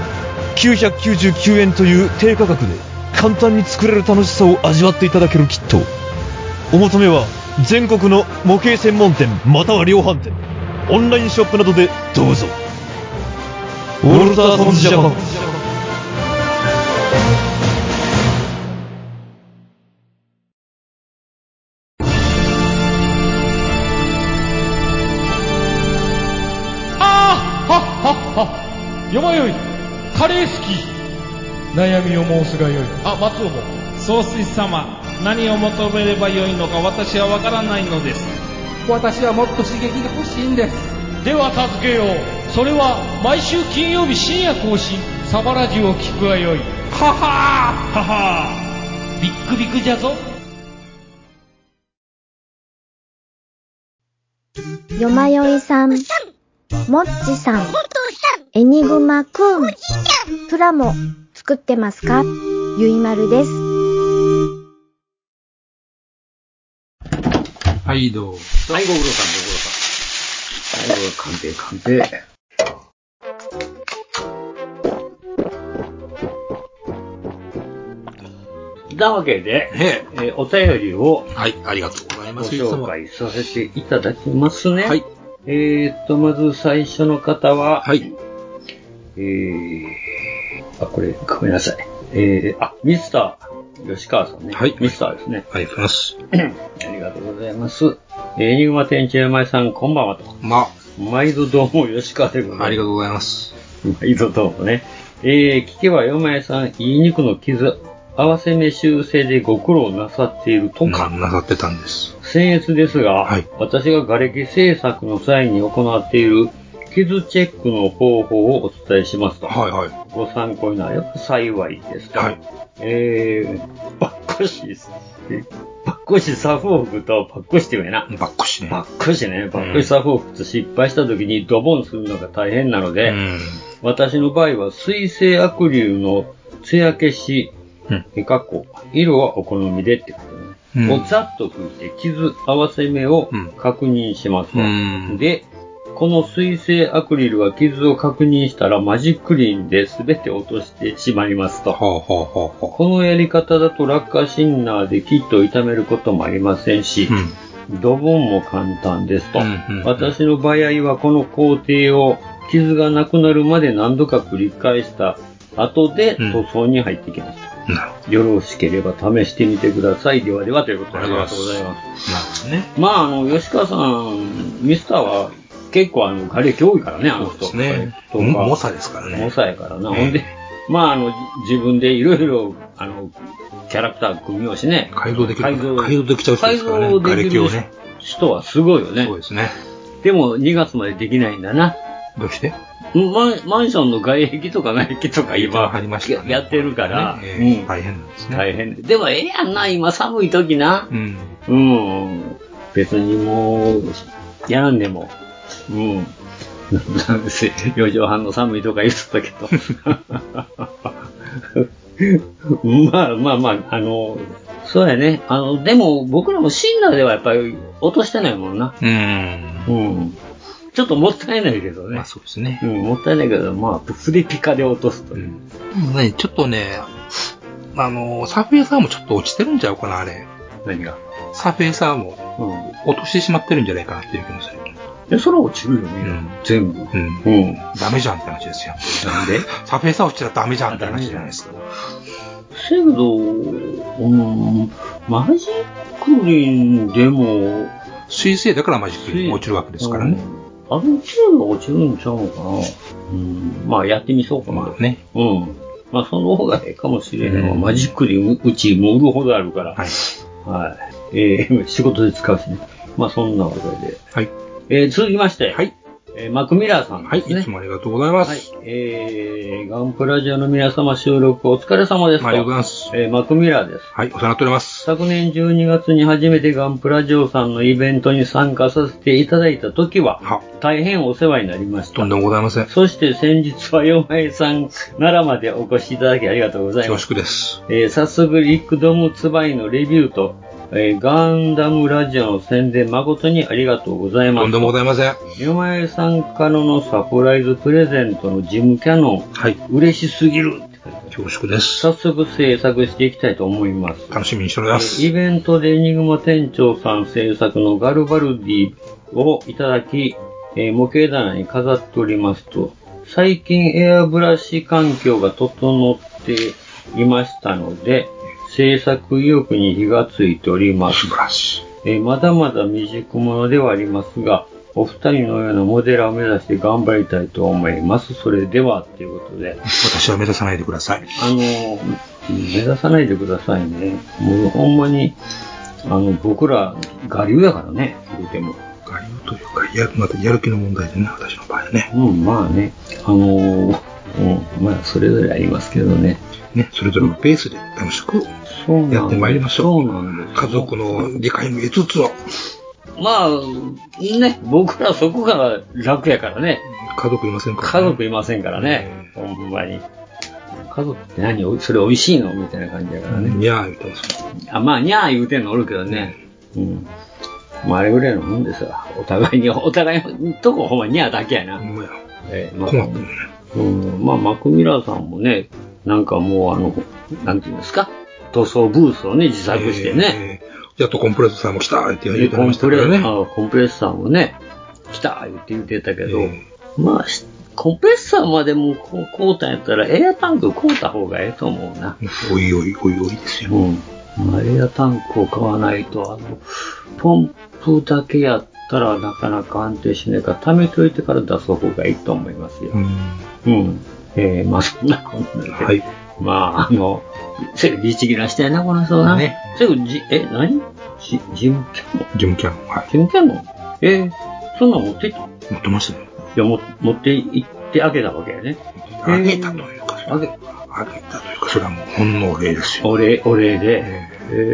999円という低価格で簡単に作れる楽しさを味わっていただけるキットお求めは全国の模型専門店または量販店オンラインショップなどでどうぞウォルターソンズジャパン
ああはっはっはよまよいカレー好き悩みを申すがよいあ松尾も総帥様何を求めればよいのか私はわからないのです私はもっと刺激が欲しいんですでは助けようそれは毎週金曜日深夜更新サバラジュを聞くがよいははははビックビックじゃぞ
よまよいさん、もっちさん、エニグマくん、プラモ作ってますかゆいまるです。
はい、どう
はい、ご苦労さん、ご苦労さん。はい、ご勘定、勘定。なわけで、
ね
えーお便りを
はい、ありがとうござい
ご
ます。
紹介させていただきますね。
はい。
えーっと、まず最初の方は、
はい。
えー、あ、これ、ごめんなさい。えー、あ、ミスター、吉川さんね。
はい
ミスターですね。
ありがとうございます。
ありがとうございます。えーエニグマ店長山井さん、こんばんはと。
ま
毎度どうも、吉川でございます。
あ、ありがとうございます。
毎度どうもね。えー、聞けばよまやさん、いい肉の傷、合わせ目修正でご苦労なさっているとか、
な、なさってたんです。
僭越ですが、
はい
私が瓦礫制作の際に行っている傷チェックの方法をお伝えしますと。
はい、はい。
ご参考になれば幸いですと。
はい
えー、ばっこしです。えばっこしサフォークとばっこしって言うやな。
バッコしね。
ばっこしね、ばっこしサフォークと失敗した時にドボンするのが大変なので、
うん。
私の場合は水性アクリルの艶消し、
うん
えかっこ色はお好みでってことね。
うん
をざっと拭いて傷合わせ目を
うん
確認しますと、
うん
で、この水性アクリルは傷を確認したらマジックリーンで全て落としてしまいますと。
ほうほうほうほ
このやり方だとラッカーシンナーでキットを傷めることもありませんし、
う。うん。
ドボンも簡単ですと。
うんうんうん
私の場合はこの工程を傷がなくなるまで何度か繰り返した後で
うん
塗装に入ってきます。
なるほ
よろしければ試してみてください。ではではということで
あ
あ
り
り
が
が
と
と
う
う
ご
ご
ざい
ざい
ま。
ます
なるほ
す。まあ、あの、吉川さん、ミスターは結構あの、瓦礫多いからね、あの
どね。そうで
人。
すね。
とか
も猛者ですからね。
重さやからな。
うん
ほんで、まあ、あの、自分でいろいろ、あの、キャラクター組みようしね。
改造できる
改造
改造できちゃう人ですからね
改造できる
瓦礫をね
人はすごいよね。そうですね。でも、2月までできないんだな。
どうして
マンマンションの外壁とか内壁とか今、やってるから、うん
大変なんですね。
大変。でも、ええやんな、今、寒い時な。
うん。
うん。別にもう、やらんでも。うん。4畳半の寒いとか言ってたけど。まあまあまあ、あの、そうやね。あの、でも僕らもシンナーではやっぱり落としてないもんな。
うん。
うん。ちょっともったいないけどね。まあ
そうですね。
うん、もったいないけど、まあ、プリピカで落とすという。
もうね、ちょっとね、あの、サーフェイサーもちょっと落ちてるんちゃうかな、あれ。
何が
サーフェイサーも、落としてしまってるんじゃないかなっていう気もする。
え、それは落ちるよね、全部。
うん。
うん。
ダメじゃんって話ですよ。
なんで
サーフェイサー落ちたらダメじゃんって話じゃないですか。
せやけど、うん、マジックリンでも、
水星だからマジックリン落ちるわけですからね。
あの程度落ちるんちゃうのかな。うん、まあやってみそうかな。
ね。
うん。まあその方がええかもしれへんわ。マジックリンうちも売るほどあるから。はい。はい。え ー仕事で使うしね。まあそんなわけで。
はい。
えー続きまして。はい。えーマクミラーさん、はい。いつも
ありがとうございます。
はい。えー、ガンプラジオの皆様収録お疲れ様ですと。
ありがとうござい
ます。えーマクミラーです。
はい、お世話になっております。
昨年12月に初めてガンプラジオさんのイベントに参加させていただいた時は、大変お世話になりました。
とんでもございません。
そして先日はヨマエさん奈良までお越しいただきありがとうござい
恐
ます。
縮です。
えー早速、リックドムツバイのレビューと、えーガンダムラジオの宣伝誠にありがとうございます。
とんでもございません。
ヨマエさんからのサプライズプレゼントのジムキャノン、嬉しすぎるって書いてある
恐縮です。
早速制作していきたいと思います。
楽しみにしております。
イベントでエニグマ店長さん制作のガルバルディをいただき、えー模型棚に飾っておりますと、最近エアブラシ環境が整っていましたので、制作意欲に火がついております。えーまだまだ未熟者ではありますが、お二人のようなモデラーを目指して頑張りたいと思います。それでは、ということで。
私は目指さないでください。
あの、目指さないでくださいね。もうほんまに、あの、僕ら、我流やからね、言うても。
というか、やまたやる気の問題でね、私の場合ね。
うん、まあね、あのーうん、まあ、それぞれありますけどね。
ね、それぞれのペースで楽しくやってまいりましょう。家族の理解も得つつを、
まあ、ね、僕らそこが楽やからね。
家族いません
家族いませんからね、ほんまに。家族って何おそれ美味しいのみたいな感じやからね。
にゃー言ってます。
あまあ、にゃー言うてんのおるけどね。うん。まあ、あれぐらいのもんですわ。お互いに、お互いのとこほんまにゃーだけやな。えーまあ
困ったね。
うん。まあ、マクミラーさんもね、なんかもうあの、なんていうんですか、塗装ブースをね、自作してね。
やっとコンプレッサーも来たって言うて
コ
はりま
ン
した
プ
か
レ
らね。
あコンプレッサーもね、来た言って言ってたけど、まあ、しコンプレッサーまでもこう買うたんやったら、エアタンク買うた方がええと思うな。
おいおいおいおいですよ。
まあエアタンクを買わないと、あの、ポンプだけやったらなかなか安定しないから、貯めといてから出す方がいいと思いますよ。うん。えー、まあそんなこんなで。はい。まあ、あの、せやけど律儀な人やな、この人な。ね。せやけどじ、え、何ジジムキャノン
ジムキャノン、はい。
ジムキャノンえー、そんなん持ってっ持
ってましたよ。
いや、も持って行ってあげたわけやね。
あげたというか、
あげ
あげたというか、それはもうほんのお礼ですよ。
お礼、お礼で。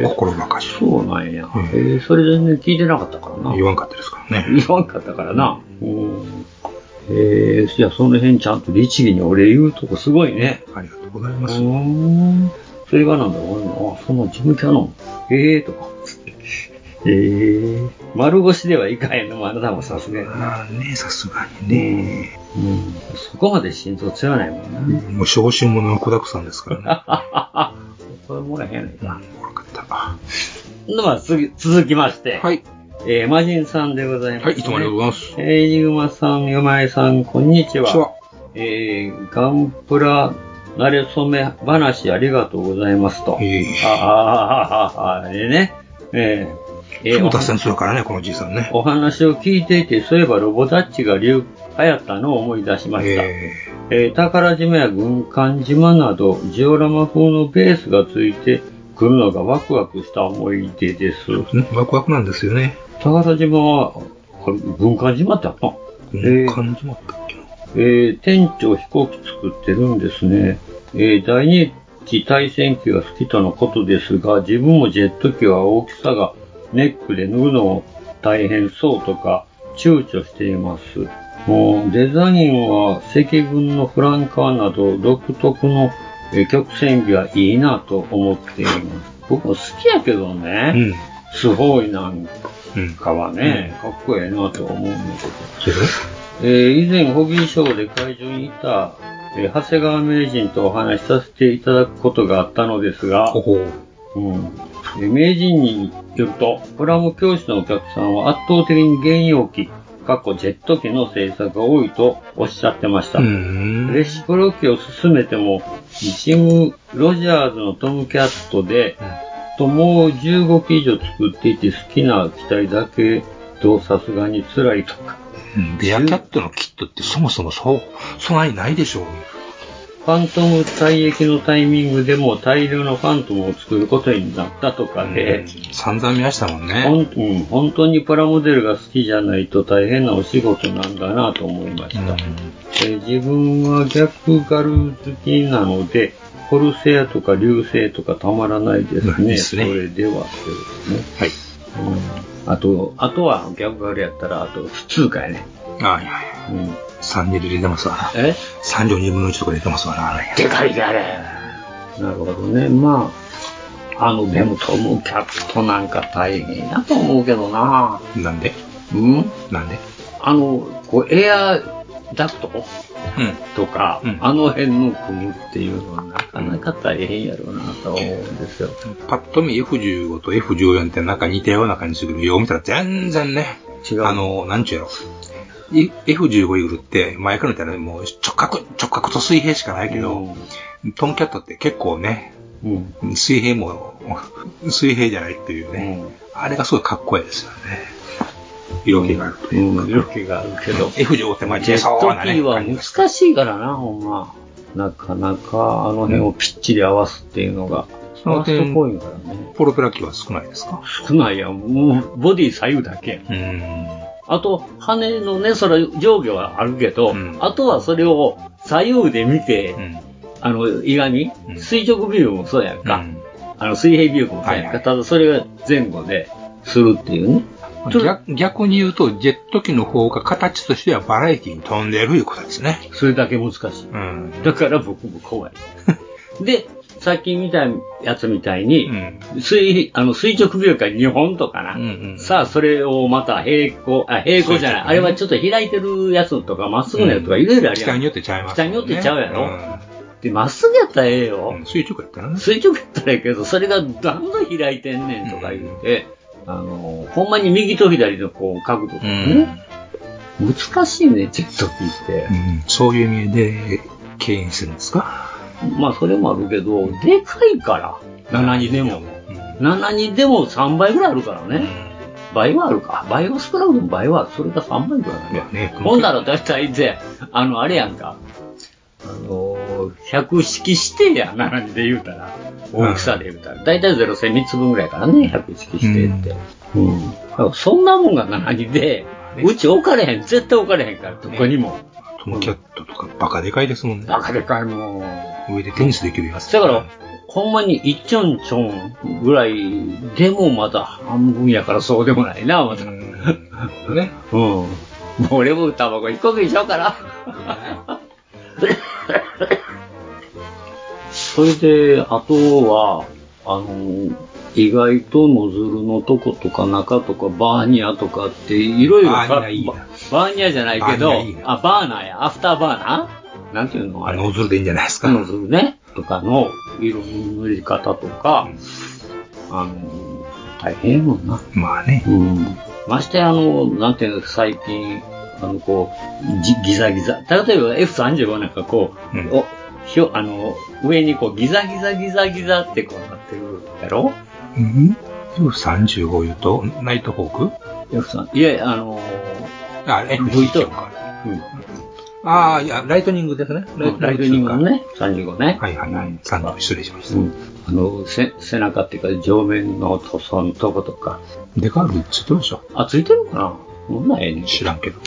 心ばかし。
そうなんや。えーそれ全然聞いてなかったからな。
言わんかったですからね。
言わんかったからな。うんえー、じゃあその辺ちゃんと律儀にお礼言うとこすごいね。
ありがとうございます。
ん。それがなんだろうな。あ、そのジムキャノン。ええー、とか。ええー。丸腰ではいかへんのもあなたもさすが
まあね、さすがにね。
うん。そこまで心臓強ないもんな。
もう昇進者の子だくさんですからね。。
それもらへんねんな。おかった。では、次続きまして。はいえー、マジンさんでございます、
はいいつもありがとうございます。
えー、エニグマさん、ヨマエさん、こんにちは。
こんにちは
えー、ガンプラ、慣れ初め話ありがとうございますと。ああ、ああ、ああ、あれね。えー、え
す
ー
ぐ達成するからね、このじいさんね。
お話を聞いていて、そういえばロボダッチが流行ったのを思い出しました。えー宝島や軍艦島など、ジオラマ風のベースがついてくるのがワクワクした思い出です。
ワクワクなんですよね。
宝島は、あれ軍艦島ってあった軍
艦島
えー店長飛行機作ってるんですね。えー第二次大戦機が好きとのことですが、自分もジェット機は大きさがネックで脱ぐのを大変そうとか躊躇しています。もうデザインは赤軍のフランカーなど独特のえー曲線美がいいなと思っています。僕も好きやけどね、すごいなんかはね、かっこええなと思うんだけど。えー以前ホビーショーで会場にいた、えー長谷川名人とお話しさせていただくことがあったのですが、うんえー名人によると、プラモ教室のお客さんは圧倒的に原用機、過去ジェット機の制作が多いとおっしゃってました。レシプロ機を進めても、ジム・ロジャーズのトムキャットで、ともう15機以上作っていて好きな機体だけとさすがに辛いとか。
ベアキャットのキットってそもそもそう、備えないでしょう。
ファントム退役のタイミングでも大量のファントムを作ることになったとかで、
散々見ましたもんね。
ほんうん本当にプラモデルが好きじゃないと大変なお仕事なんだなと思いました。えー自分は逆ガル好きなので、コルセアとか流星とかたまらないですね。それではということね。はい。あと、あとは逆ガルやったら、あと普通かやね。
あいやいや。3両で入れてますわな。え ?3 両2分の1とか入れてますわな、あれ。
でかいであれ。なるほどね。まあ、あの、でもトムキャットなんか大変だと思うけどな。
なんで
うん
なんで
あの、こう、エアダクトとか、あの辺の組むっていうのはなかなか大変やろうなと思うんですよ。
パッと見 F15 と F14 ってなんか似たような感じするけど、よう見たら全然ね、あの、なんちゅうやろ。い F15 イーグルって、前から見たらねもう直角、直角と水平しかないけど、トムキャットって結構ね、水平も、 水平じゃないっていうね、あれがすごいかっこいいですよね。色気があるというか。
色気があるけど。
F15 って前
ジェッ
そう
ト
な
機
ね。
は難しいからな、ほんま。なかなかあの辺をぴっちり合わすっていうのが、
その点
ファーストコインからね。
ポロペラ機は少ないですか
少ないやんもうボディ左右だけ。あと、羽のね、それ上下はあるけど、あとはそれを左右で見て、あの、いがみ、垂直ビューもそうやんか。あの、水平ビューもそうやんか。ただそれが前後で、するっていうね。
逆逆に言うと、ジェット機の方が形としてはバラエティに飛んでるいうことですね。
それだけ難しい。
うん。
だから僕も 怖い。で、さっき見たやつみたいに、水あの垂直秒間2本とかな、さあそれをまた平行、あ平行じゃない、あれはちょっと開いてるやつとか、まっすぐのやつとか、いろいろある
機
や
体
ん。
によってちゃいます、
機体によってちゃうやろ
ん
で、まっすぐやったらええよ。
垂直やったらね。
垂直やったらええけど、それがどんどん開いてんねんとか言って、あの、ほんまに右と左のこう角度とかね、難しいね、ジェット機って。
うんそういう意味で敬遠するんですか
まあ、それもあるけど、でかいから、72でも。72でも3倍ぐらいあるからね。倍はあるか。倍は少なくとも倍はある、それが3倍ぐらいある
ね。
ほんなら大体で、あの、あれやんか。あのー、100式してや、72で言うたら。大きさで言うたら。大体0線3つ分ぐらいからね、100式してって。そんなもんが72で、うち置かれへん、絶対置かれへんから、どこにも。
トムキャットとかバカでかいですもんね。
バカでかいもん。
上でテニスできるやつ。
だから、ほんまに一ちょんちょんぐらいでもまだ半分やからそうでもないな、また。
ね。
うん。もう俺もタバコ一個食いしようかな。それで、あとは、あの、意外とノズルのとことか中とかバーニアとかっていろいろかババーニアじゃないけど、
バーニ
あ、バーナーや、アフターバーナーなんていうのあれ。ノズルでいいんじゃないですか。ノズルね。とかの色の塗り方とか、あの、大変やもんな。
まあね。
うん。ましてあの、なんていうの、最近、あの、こう、ギギザギザ。例えば F35 なんかこう、おひょあの、上にこう、ギザギザギザギザってこうなってるやろ
うん ?F35 言うと、ナイトホーク
?F3。いや、あの
あ、F19 か。ああ、いや、ライトニングですね。
ライトニングのね、35ね。
はいはいはい。35、失礼しました。
うんあの、せ、背中っていうか、上面の塗装のとことか。
デカールついてるでしょ
あ、ついてるかなどんなんやねん。
知らんけど。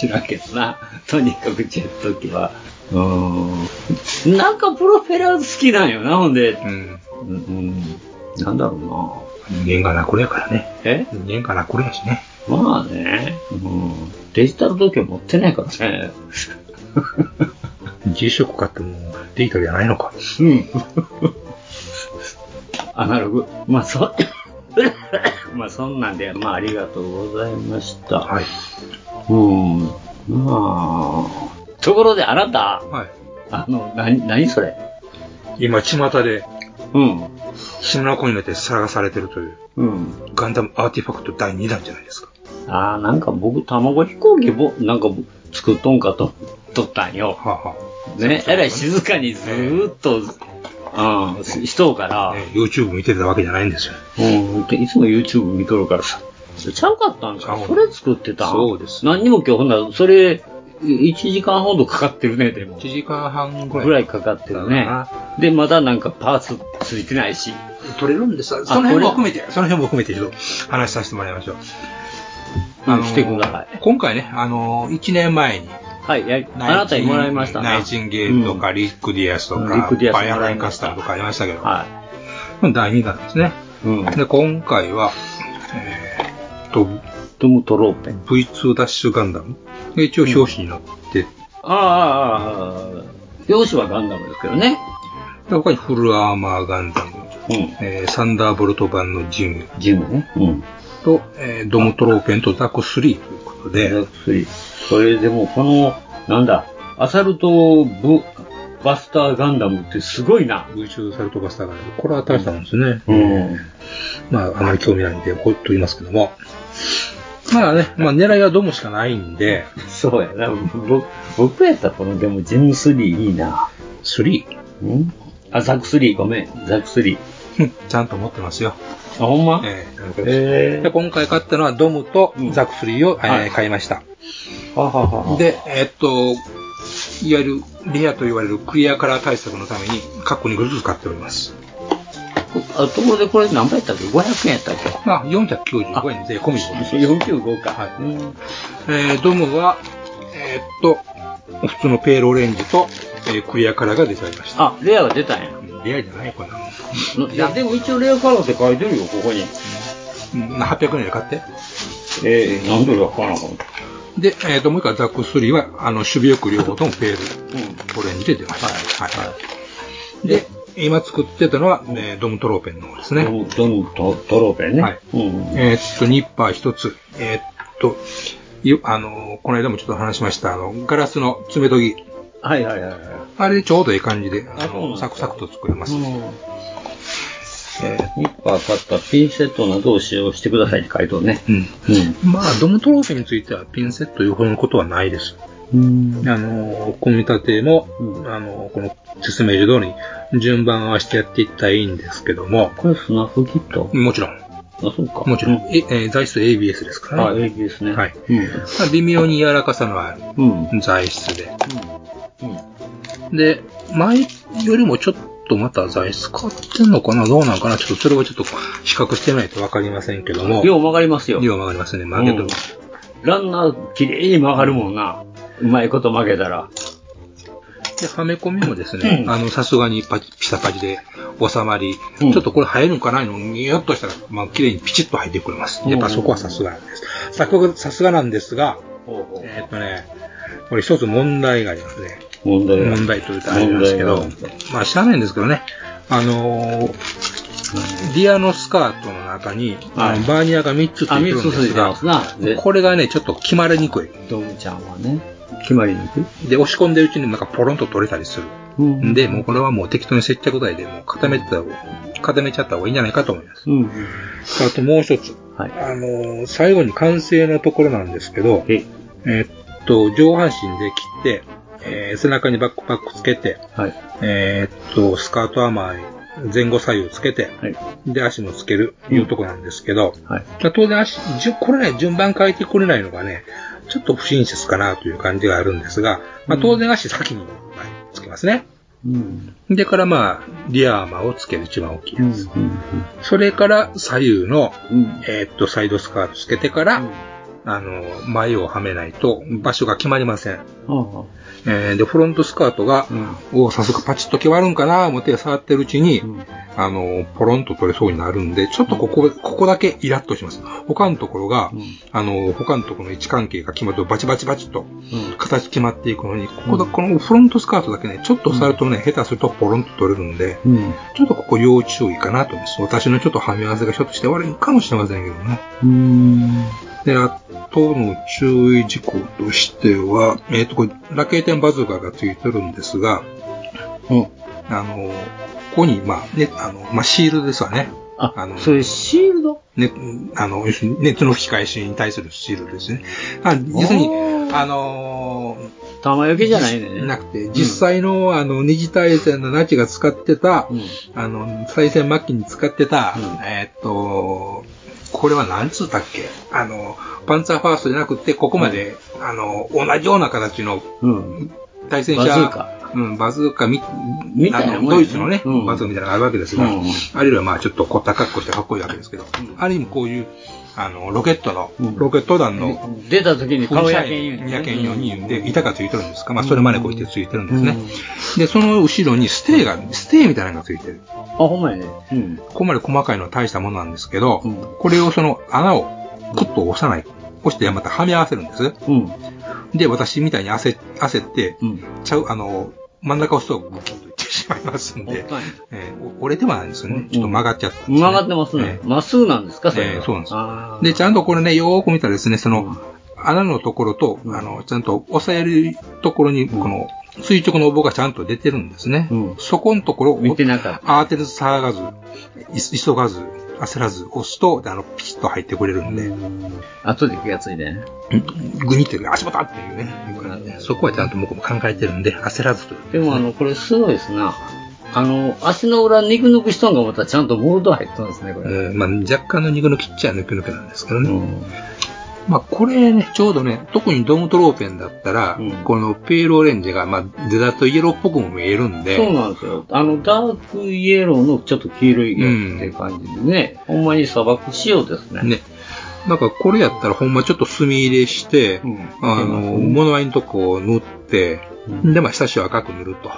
知らんけどな。 とにかくジェット機は。うーん。なんかプロペラ好きなんよな、ほんで。
うん。
うん、うん。なんだろう
人間がなこれやからね。
な。え
人間がなこれやしね。
まあね。うん。デジタル時計持ってないからね。
G-SHOCK 買ってもデジタルじゃないのか。
うん。アナログ。まあ、そ、まあ、そんなんで、まあ、ありがとうございました。
はい。
うん。まあ。ところで、あなた、
はい。
あの、なに、なにそれ。
今、巷で、
うん。
島の子になって探されてるという、
うん。
ガンダムアーティファクト第2弾じゃないですか。
ああ、なんか僕、卵飛行機ぼ、なんかぼ、作っとんかと、とったんよ。
はあ、は
ね、えらい静かにずーっと、うん、ししとうから
あ、ね YouTube 見てたわけじゃないんですよ。
うん、でいつも YouTube 見とるからさ。ちゃうかったんか
そう
それ作ってたん
そうです
何にも今日ほんなら、それ、い1時間ほどかかってるね、でも
1。時間半ぐらい。
ぐらいかかってるね。で、まだなんかパーツついてないし。
取れるんですその辺も含めて、その辺も含めてちょっと話させてもらいましょう。
うんしてください
今回ね、あの、1年前に、
はい、やあなたにもらいましたな
ナイチンゲールとか、リック・ディアスと
うん
か、
リックディアス
バイアライン・カスターとかありましたけど、
うんは
第2弾ですね。
い。うん。
で、今回は、えーっと、
トム・トローペン。
V2 ダッシュガンダム。で一応表紙になって、
ああ、ああ、ああ。表紙はガンダムですけどね。
で他にフルアーマーガンダム、
うん。
えーサンダーボルト版のジム
ジムね。うん。
と、えードムトローペンとザク3ということで、
薬それでもこの、なんだ、アサルトブバスターガンダムってすごいな。
V2 サルトバスターガンダム。これは大したもんですね。
うん。
まあ、あまり興味ないんで、ほっと言いますけども。まあね、まあ狙いはドムしかないんで、
そうやな。僕、僕やったらこの、でもジム3いいな。
3、
うんあ、ザク3、ごめん。ザク3。
ちゃんと持ってますよ。
あ、ほんま
えー
え
で今回買ったのはドムとザク3を、えー
はい
買いました。
はははで、
で、えーっと、いわゆるレアと言われるクリアカラー対策のために、カッコ2個ずつ買っております。
あところでこれ何倍やったっけ ?500 円やったっけ
まあ、495円税込みでございます
?45 か。
はい
うん
えードムは、えーっと、普通のペールオレンジと、えークリアカラーが出ちゃいました。
あ、レアが出たんや。
レアじゃないこれな。
いや、でも一応レアカラーって書いてるよ、ここに。
うん800円で買って。
えー、何ドルかかなかった。
で、えー、と、もう一回ザック3は、あの、守備よく両方ともペール、
うん。
オレンジで出ました。
はい
はい。で、今作ってたのは、えードムトローペンの方ですね。
ドンとトロベね。
はい
うん。
えーっと、ニッパー一つ。えーっと、いあの、この間もちょっと話しました、あの、ガラスの爪研ぎ。
はいはいはいはい。
あれでちょうどいい感じで、あ
あそうな
の、
んだ
サクサクと作れます。
えーニッパー買ったピンセットなどを使用してくださいって書いてあるね。
うん。
う
まあ、ドムトローペンについては、ピンセットいうほどのことはないです。
ん。
あの、組み立ても、
ん
あの、この説明書通りに順番を合わせてやっていったらいいんですけども、
これスナフキット
もちろん、
あ、そうか。
もちろん、
う。
ええー材質 ABS ですから
あ、
ね。
いいですね。
はい
うん。
まあ微妙に柔らかさのある
うん。うん。
材質で。
うん。
で、前よりもちょっとまた材質変わってんのかなどうなんかなちょっとそれはちょっと比較してないとわかりませんけども。
よう曲がりますよ。
量曲がりますね、曲げても。
ランナー、綺麗に曲がるもんな。うまいこと曲げたら。
で、はめ込みもですね、
うん
あの、さすがにパチ、ピサパチで収まり、
うん
ちょっとこれ入るんかないのによっとしたら、まあ、綺麗にピチッと入ってくれます。やっぱそこはさすがなんです。さすが、さすがなんですが、
ほうほ
えーっとね、これ一つ問題がありますね。
う問題が
問題というとあれなんですけど
問題が、
まあ、しゃあないんですけどね、あのー、ディアのスカートの中に、
はい
あのバーニアが3つつい
あ、
て
三
るん
つ
で
つい
す
て
が
ま、すな。で、
これがね、ちょっと決まりにくい。
ドムちゃんはね、決まりにくい。
で、押し込んでるうちになんかポロンと取れたりする。
うん。
で、もうこれはもう適当に接着剤でもう固めてた方固めちゃった方がいいんじゃないかと思います。
うん。
あともう一つ、
はい。
あのー最後に完成のところなんですけど、
え、
えっと、上半身で切って、えー背中にバックパックつけて、
はい。
えーっと、スカートアーマー前後左右つけて、で、足もつける、いうとこなんですけど、当然足、じゅこれね、順番変えてこれないのがね、ちょっと不親切かなという感じがあるんですが、まあ、当然足先につけますね。でからまあ、リアーマーをつける一番大きいやつ。それから左右の、えーっと、サイドスカートつけてから、あの、前をはめないと場所が決まりません。えーで、フロントスカートが、おさすがパチッと決まるんかな思って触ってるうちに、あの、ポロンと取れそうになるんで、ちょっとここ、ここだけイラッとします。他のところが、あの、他のところの位置関係が決まるとバチバチバチっと、形決まっていくのに、ここだ、このフロントスカートだけね、ちょっと触るとね、下手するとポロンと取れるんで、
うん。
ちょっとここ要注意かなと思います。私のちょっとはみ合わせがひょっとして悪いかもしれませんけどね。
うん。
で、あとの注意事項としては、えっ、と、これ、ラケーテンバズーカがついてるんですが、あの、ここに、まあ、ね、あの、まあ、シールドですわね。あ、の、そういうシールドね、あの、要するに熱の吹き返しに対するシールドですね。あ、要するに、あのー、
玉よけじゃないね。
なくて、実際の、あの、二次大戦のナチが使ってた、あの、再戦末期に使ってた、えーっと、これは何つったっけあの、パンツァーファーストじゃなくて、ここまで、あの、同じような形の、対戦車、
バズーカ
うん、バズーカみ、
みたいな
あ
も
の
んやね
ドイツのね、バズーカみたいなのがあるわけですが、
うん
あるいはまあちょっとこった格好してかっこいいわけですけど、ある意味こういう、あの、ロケットの、ロケット弾の、
出た時に顔やけん言うん
やけんように言うんで、板がついてるんですか、まあそれまでこう言ってついてるんですね。で、その後ろにステーが、ステーみたいなのがついてる。あ、ほんまやね。ここまで細かいのは大したものなんですけど、これをその穴をクッと押さない。押してまたはめ合わせるんです。で、私みたいに焦焦って、ちゃう、あの、真ん中を押すとグキッといってしまいますんで、えーお折れてはないんですよね。ちょっと曲がっちゃった、曲がってますね。ま、っすぐなんですか
それは
そうなんです。で、ちゃんとこれね、よーく見たらですね、その、穴のところと、あの、ちゃんと押さえるところに、この、垂直の棒がちゃんと出てるんですね。そこのところを、慌てず騒がず、い急がず、焦らず押すと、あの、ピシッと入ってくれるんで。後で気がついてね。グニって、足元っていうね。そこはちゃんと僕も考えてるんで、焦らずという。
でもあの、これすごいですな。あの、足の裏肉抜きしとんか思ったらちゃんとモールド入っとんですね、これ。
えーまあ、若干の肉の切っちゃ肉抜けなんですけどね。まあ、これね、ちょうどね、特にドムトローペンだったら、このペールオレンジが、まあ、デザートイエローっぽくも見えるんで。
そうなんですよ。あの、ダークイエローのちょっと黄色いやつっていう感じでね、ほんまに砂漠仕様ですね。
ね。なんかこれやったらほんまちょっと墨入れして、あの、物合いのとこを塗って、で、まあ、下地を赤く塗ると。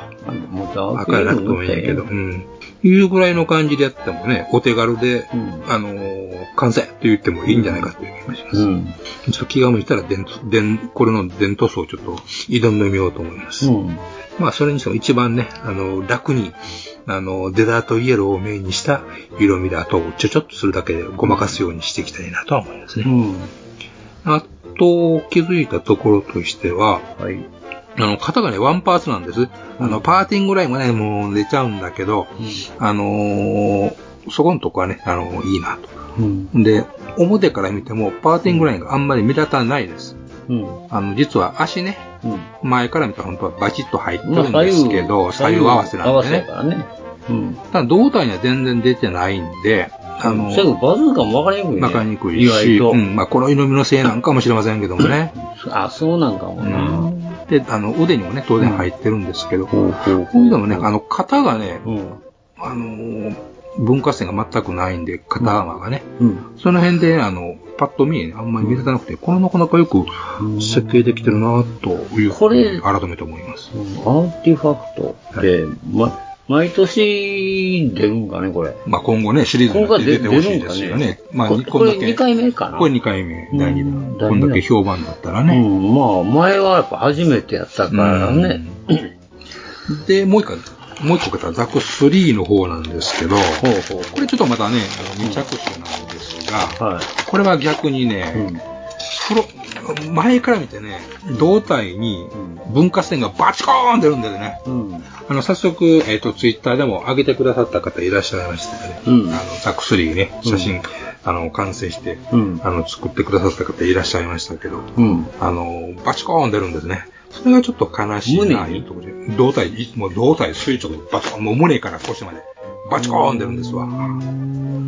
赤いなくてもいいんやけど、うん。いうぐらいの感じでやってもね、お手軽で、あのー完成と言ってもいいんじゃないかという気がします。ちょっと気が向いたら伝統、伝、これの伝塗装をちょっと挑んでみようと思います。まあ、それにしても一番ね、あの、楽に、あの、デザートイエローをメインにした色味で後をちょちょっとするだけでごまかすようにしていきたいなとは思いますね。あと、気づいたところとしては、あの、型がね、ワンパーツなんです。あの、パーティングラインがね、もう出ちゃうんだけど、あのーそこのとこはね、あのいいなと。で、表から見ても、パーティングラインがあんまり目立たないです。あの、実は足ね、前から見たら本当はバチッと入ってるんですけ
ま
ど、
あ
左
左
右
右
合わせなんでね。
合わせやからね
ただ胴体には全然出てないんで、あの、
そうやけどバズーカも分かりにくいね。
わかりにくい
意
し、
外と。
うん、まあ、この色味のせいなんかもしれませんけどもね。
あ、そうなんかもな。
で、あの、腕にもね、当然入ってるんですけど、こういうのもね、あの、型がね、あのー、分割線が全くないんで、型穴がね、その辺で、あの、パッと見えね、あんまり見立たなくて、これなかなかよく設計できてるなというふうに改めて思います。
アーティファクトって、ま、毎年出るんかね、これ。
まあ、今後ね、シリーズになって出てほしいですよね。まあ、
こ
こんだ
こ
け
れ2回目かな。
これ2回目、第2弾。こんだけ評判だったらね。
うん、まあ、前はやっぱ初めてやったからね。
で、もう一回、もう一個方、ザク3の方なんですけど、これちょっとまたね、あの未着手なんですが、これは逆にね、プロ前から見てね、胴体に分割線がバチコーン出るんだよね。あの、早速、えっ、と、ツイッターでも上げてくださった方いらっしゃいましたよね。あの、ザク3ね、写真、あの、完成して、あの、作ってくださった方いらっしゃいましたけど、あの、バチコーン出るんですね。それがちょっと悲しいな、いうところで。胴体、いつも胴体垂直にバチコーン、もう胸から腰まで、バチコーン出るんですわ。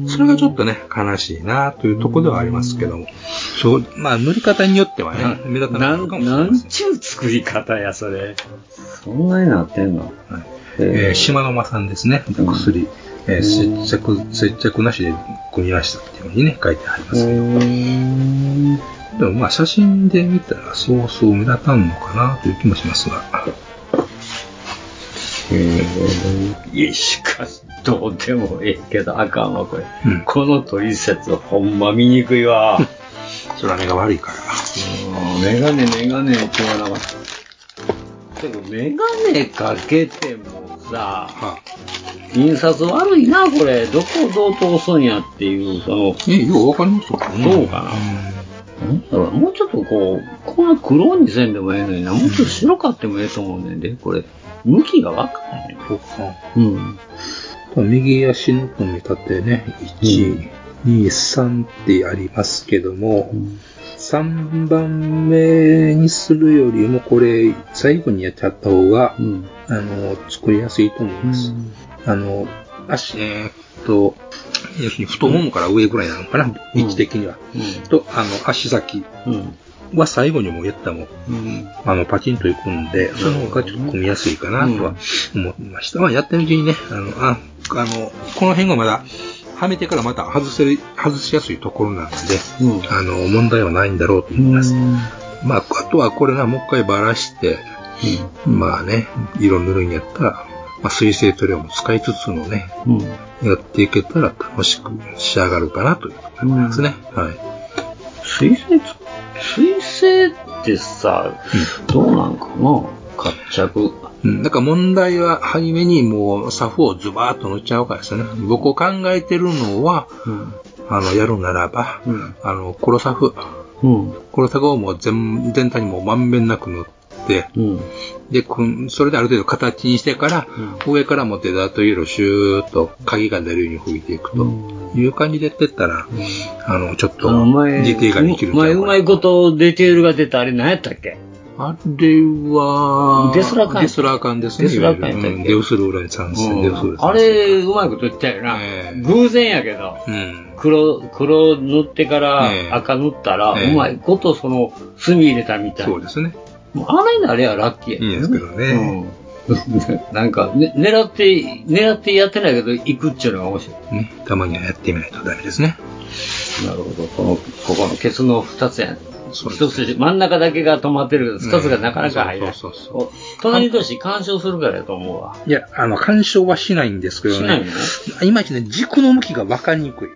それがちょっとね、悲しいなというところではありますけども。そう、まあ塗り方によってはね、目立たないのかもしれない。なん
ちゅう作り方や、それ。そんなになってんの、はい
えー、島の間さんですね、薬、えー接着、接着なしで組みましたっていうふうにね、書いてありますけど。でもまあ写真で見たらそうそう目立たんのかなという気もしますが。
いや、しかし、どうでもええけど、あかんわ、これ。このトリセツ、ほんま見にくいわ。
それは目が悪いから。
メガネ、メガネって言わなかった。てか、メガネかけてもさ、印刷悪いな、これ。どこをどう通すんやっていう、その。
え、ようわかりますど
うかな。なんだろうもうちょっとこう、この黒にせんでもええのにな、もうちょっと白かってもええと思うねんで、これ。向きがわかんない。うん。
右足の組み立てね、1、2、3ってありますけども、3番目にするよりも、これ、最後にやっちゃった方が、あの、作りやすいと思います。あの、足、えーっと、要するに太ももから上ぐらいなのかな、位置的には。と、あの、足先は最後にもやったもん、あの、パチンといくんで、その方がちょっと組みやすいかなとは思いました。まあ、やってるうちにね、あの、あ、あの、この辺がまだ、はめてからまた外せる、外しやすいところなので、あの、問題はないんだろうと思います。まあ、あとはこれがもう一回ばらして、まあね、色塗るんやったら、まあ、水性塗料も使いつつのね、やっていけたら楽しく仕上がるかなというところなんですね。はい。
水性つ、水性ってさ、どうなんかな活着。
うん、だから問題は、初めにもう、サフをズバーっと塗っちゃうからですね。僕を考えてるのは、あの、やるならば、あの、黒サフ。黒サフをもう全全体にもうまんべんなく塗って、で、こんそれである程度形にしてから、上からもデザートイエローシューッと鍵が出るように吹いていくという感じでやってったら、あの、ちょっと、GT ができるんち
う
ゃ
ま
う
い、うまいことディテールが出たあれ何やったっけ
あれは、
デスラカン
デスラーカンですね。
デスラーカンやったっけ
いわゆるうんデウスルーラン参戦、デウスルーラン参戦
あれ、うまいこと言ったよな。偶然やけど、黒、黒塗ってから赤塗ったら、
ええ
うまいことその、墨入れたみたいな。
そうですね。
あれなりゃラッキーや、ね。いいですけど
ね。
なん か、ね、狙って、狙ってやってないけど、行くっちゅうのが面白い。
ね、たまにはやってみないとダメですね。
なるほど。この、ここのケツの二つやね。一つで真ん中だけが止まってるけど、二つがなかなか入らない。
そう
そう隣同士干渉するからやと思うわ。
いや、あの、干渉はしないんですけど
しない
ね
の。
いまいちね、軸の向きが分かりにくい。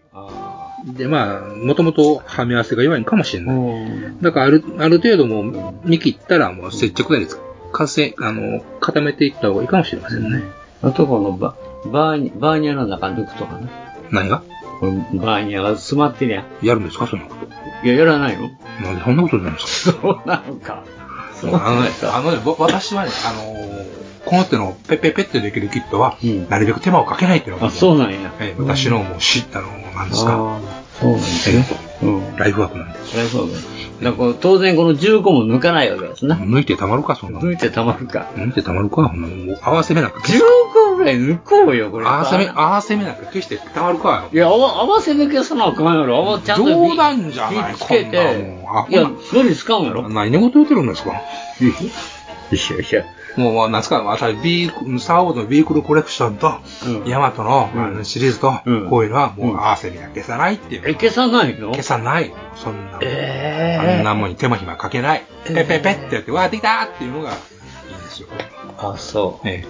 で、まあ、もともとはめ合わせが弱いのかもしれない。だから、ある、ある程度もう、見切ったらもう接着剤で完成、あの、固めていった方がいいかもしれませんね。
あとこのバ、バーニバーニャの中抜くとかね。
何が
このバーニャが詰まってりゃ。
やるんですかそんなこと。
いや、やらないの
なんでそんなことになるんです
かそうなのか。
そうあのね、あのね、ぼ私はね、あのーこの手のペッペッペッってできるキットは、なるべく手間をかけないっていうのが、
あ、そうなんや。
えー私のもう知ったの、なんですか。
そうなんですね。うん。
ライフワークなんで。
そりゃそうだよ。だからこう当然この15も抜かないわけですな。
抜いてたまるか、そんな
抜いてたまるか。
抜いてたまるか、ほんまにもう合わせ目なく。
15ぐらい抜こうよ、これ。
合わせ目、合わせ目なんか決してたまるか。
いや、合わ合わせ抜けさなあかんやろ。合わちゃんと
冗談じゃない
火つけて。いや、どれ使うんやろ
何事言ってるんですか。
いやいや。
もう、まあ、夏から、私、ビー、スター・ウォーズのビークルコレクションと、ヤマトのあのシリーズと、こういうのは、もう合わせ目が消さないっていう。
消さないの
消さない。そんな。
え
あんなもんに手間暇かけない。ペッペッペッってやって、わーできたっていうのが、
あ、そう。
え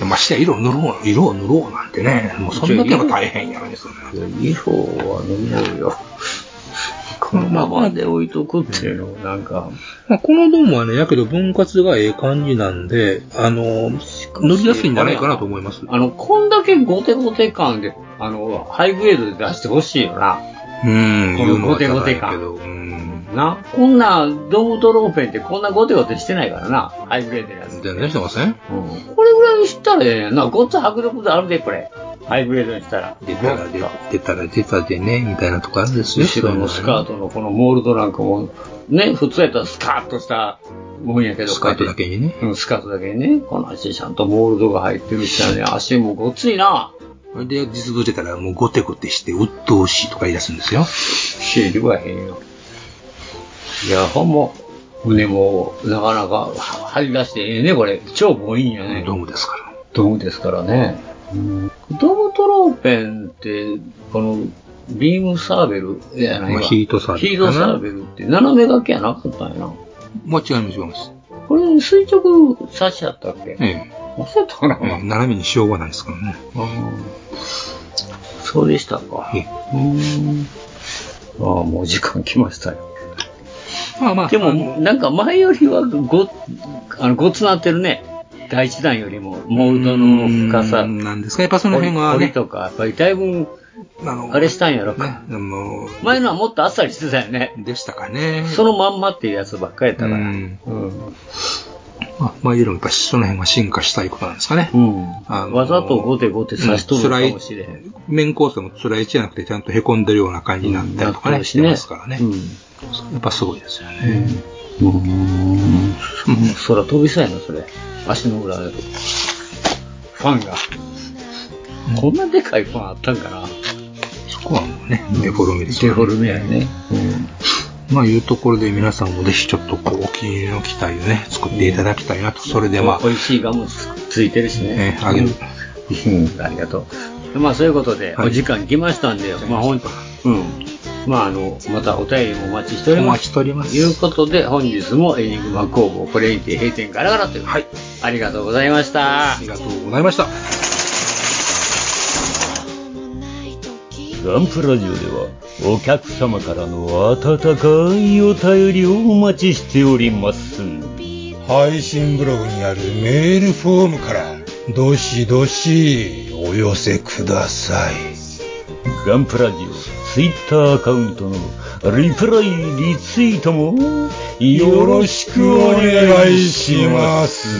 え。ましてや色を塗ろう、色を塗ろうなんてね、もうそんだけの大変やのに、そんな。
衣装は飲もうよ。このままで置いとくっていうのもなんか、
まあ、このドームはね、やけど分割がええ感じなんで、あの、乗りやすいんじゃないかなと思います。
あの、こんだけゴテゴテ感で、あの、ハイグレードで出してほしいよな。
うん
こ
言う
の
の
ゴ
は
テ
高い
ゴテ
け
感。
どうん。
な、こんな、ドームドローペンってこんなゴテゴテしてないからな、ハイグレードのやつ。
全然してません
これぐらいにしたらええやんな、ごっつ迫力があるで、これ。ハイグレードにしたら。
出たら出出たら出たでね、みたいなとこあるんですよ。
後ろのスカートのこのモールドなんかも、ね、普通やったらスカッとしたもんやけど、
スカートだけにね。
うん、スカートだけにね。この足ちゃんとモールドが入ってるしね、足もごっついな。
で、実動してたらもうゴテゴテして、鬱陶しいとか言い出すんですよ。
知りはへんよ。いや、ほんま、胸も、なかなか、張り出してええね、これ。超ボインやね。
ドームですから。
ドームですからね。ドームトローペンって、この、ビームサーベルじゃない
ま
わ
あヒートサーベル
ヒー
かな
トサーベルって斜め掛けやなかったんやな。
もう違います、違います。
これ垂直刺しやったっけ
ええ。
忘れたかな、
うん斜めにしようがないですからね。
そうでしたか。
え
うん。ああ、もう時間来ましたよ。
ま あまあ
でも、なんか前よりはご、あの、ごつなってるね。第一弾よりも、モールドの深さ。
なんですか、やっぱその辺は
彫り彫
ね
り、とか、やっぱりだいぶ、
あの
あれしたんやろか。
あの、
前のはもっとあっさりしてたよね。
でしたかね。
そのまんまっていうやつばっかりやったから。
うん
うん
まあ、まあ、いろいろやっぱその辺は進化したいことなんですかね。あの
わざとゴテゴテ差し飛ぶかもしれへ
うん
ん。
辛い面構成も辛い位置じゃなくて、ちゃんと凹んでるような感じになったりとかね、
うん
してますからね。
うん
やっぱすごいですよね。
うん。空飛びそうやな、それ。足の裏で。ファンが。こんなでかいファンあったんかな。
そこはもうね、デフォルメです、
デフォルメやね。
まあ、いうところで皆さんもぜひちょっとこう、お気に入りの機体をね、作っていただきたいなと。それでまあ、
美味しいガムつついてるしね。
ねあげる
うんありがとう。まあ、そういうことで、お時間来ましたんで、まあ、ほん、うん。まあ、あの、またお便りもお待ちしております。
お待ちしております
ということで、本日もエニグマ工房、これにて閉店ガラガラという。はい。ありがとうございました。あり
がとうございました。
ガンプラジオではお客様からの温かいお便りをお待ちしております
配信ブログにあるメールフォームからどしどしお寄せください
ガンプラジオツイッターアカウントのリプライリツイートもよろしくお願いします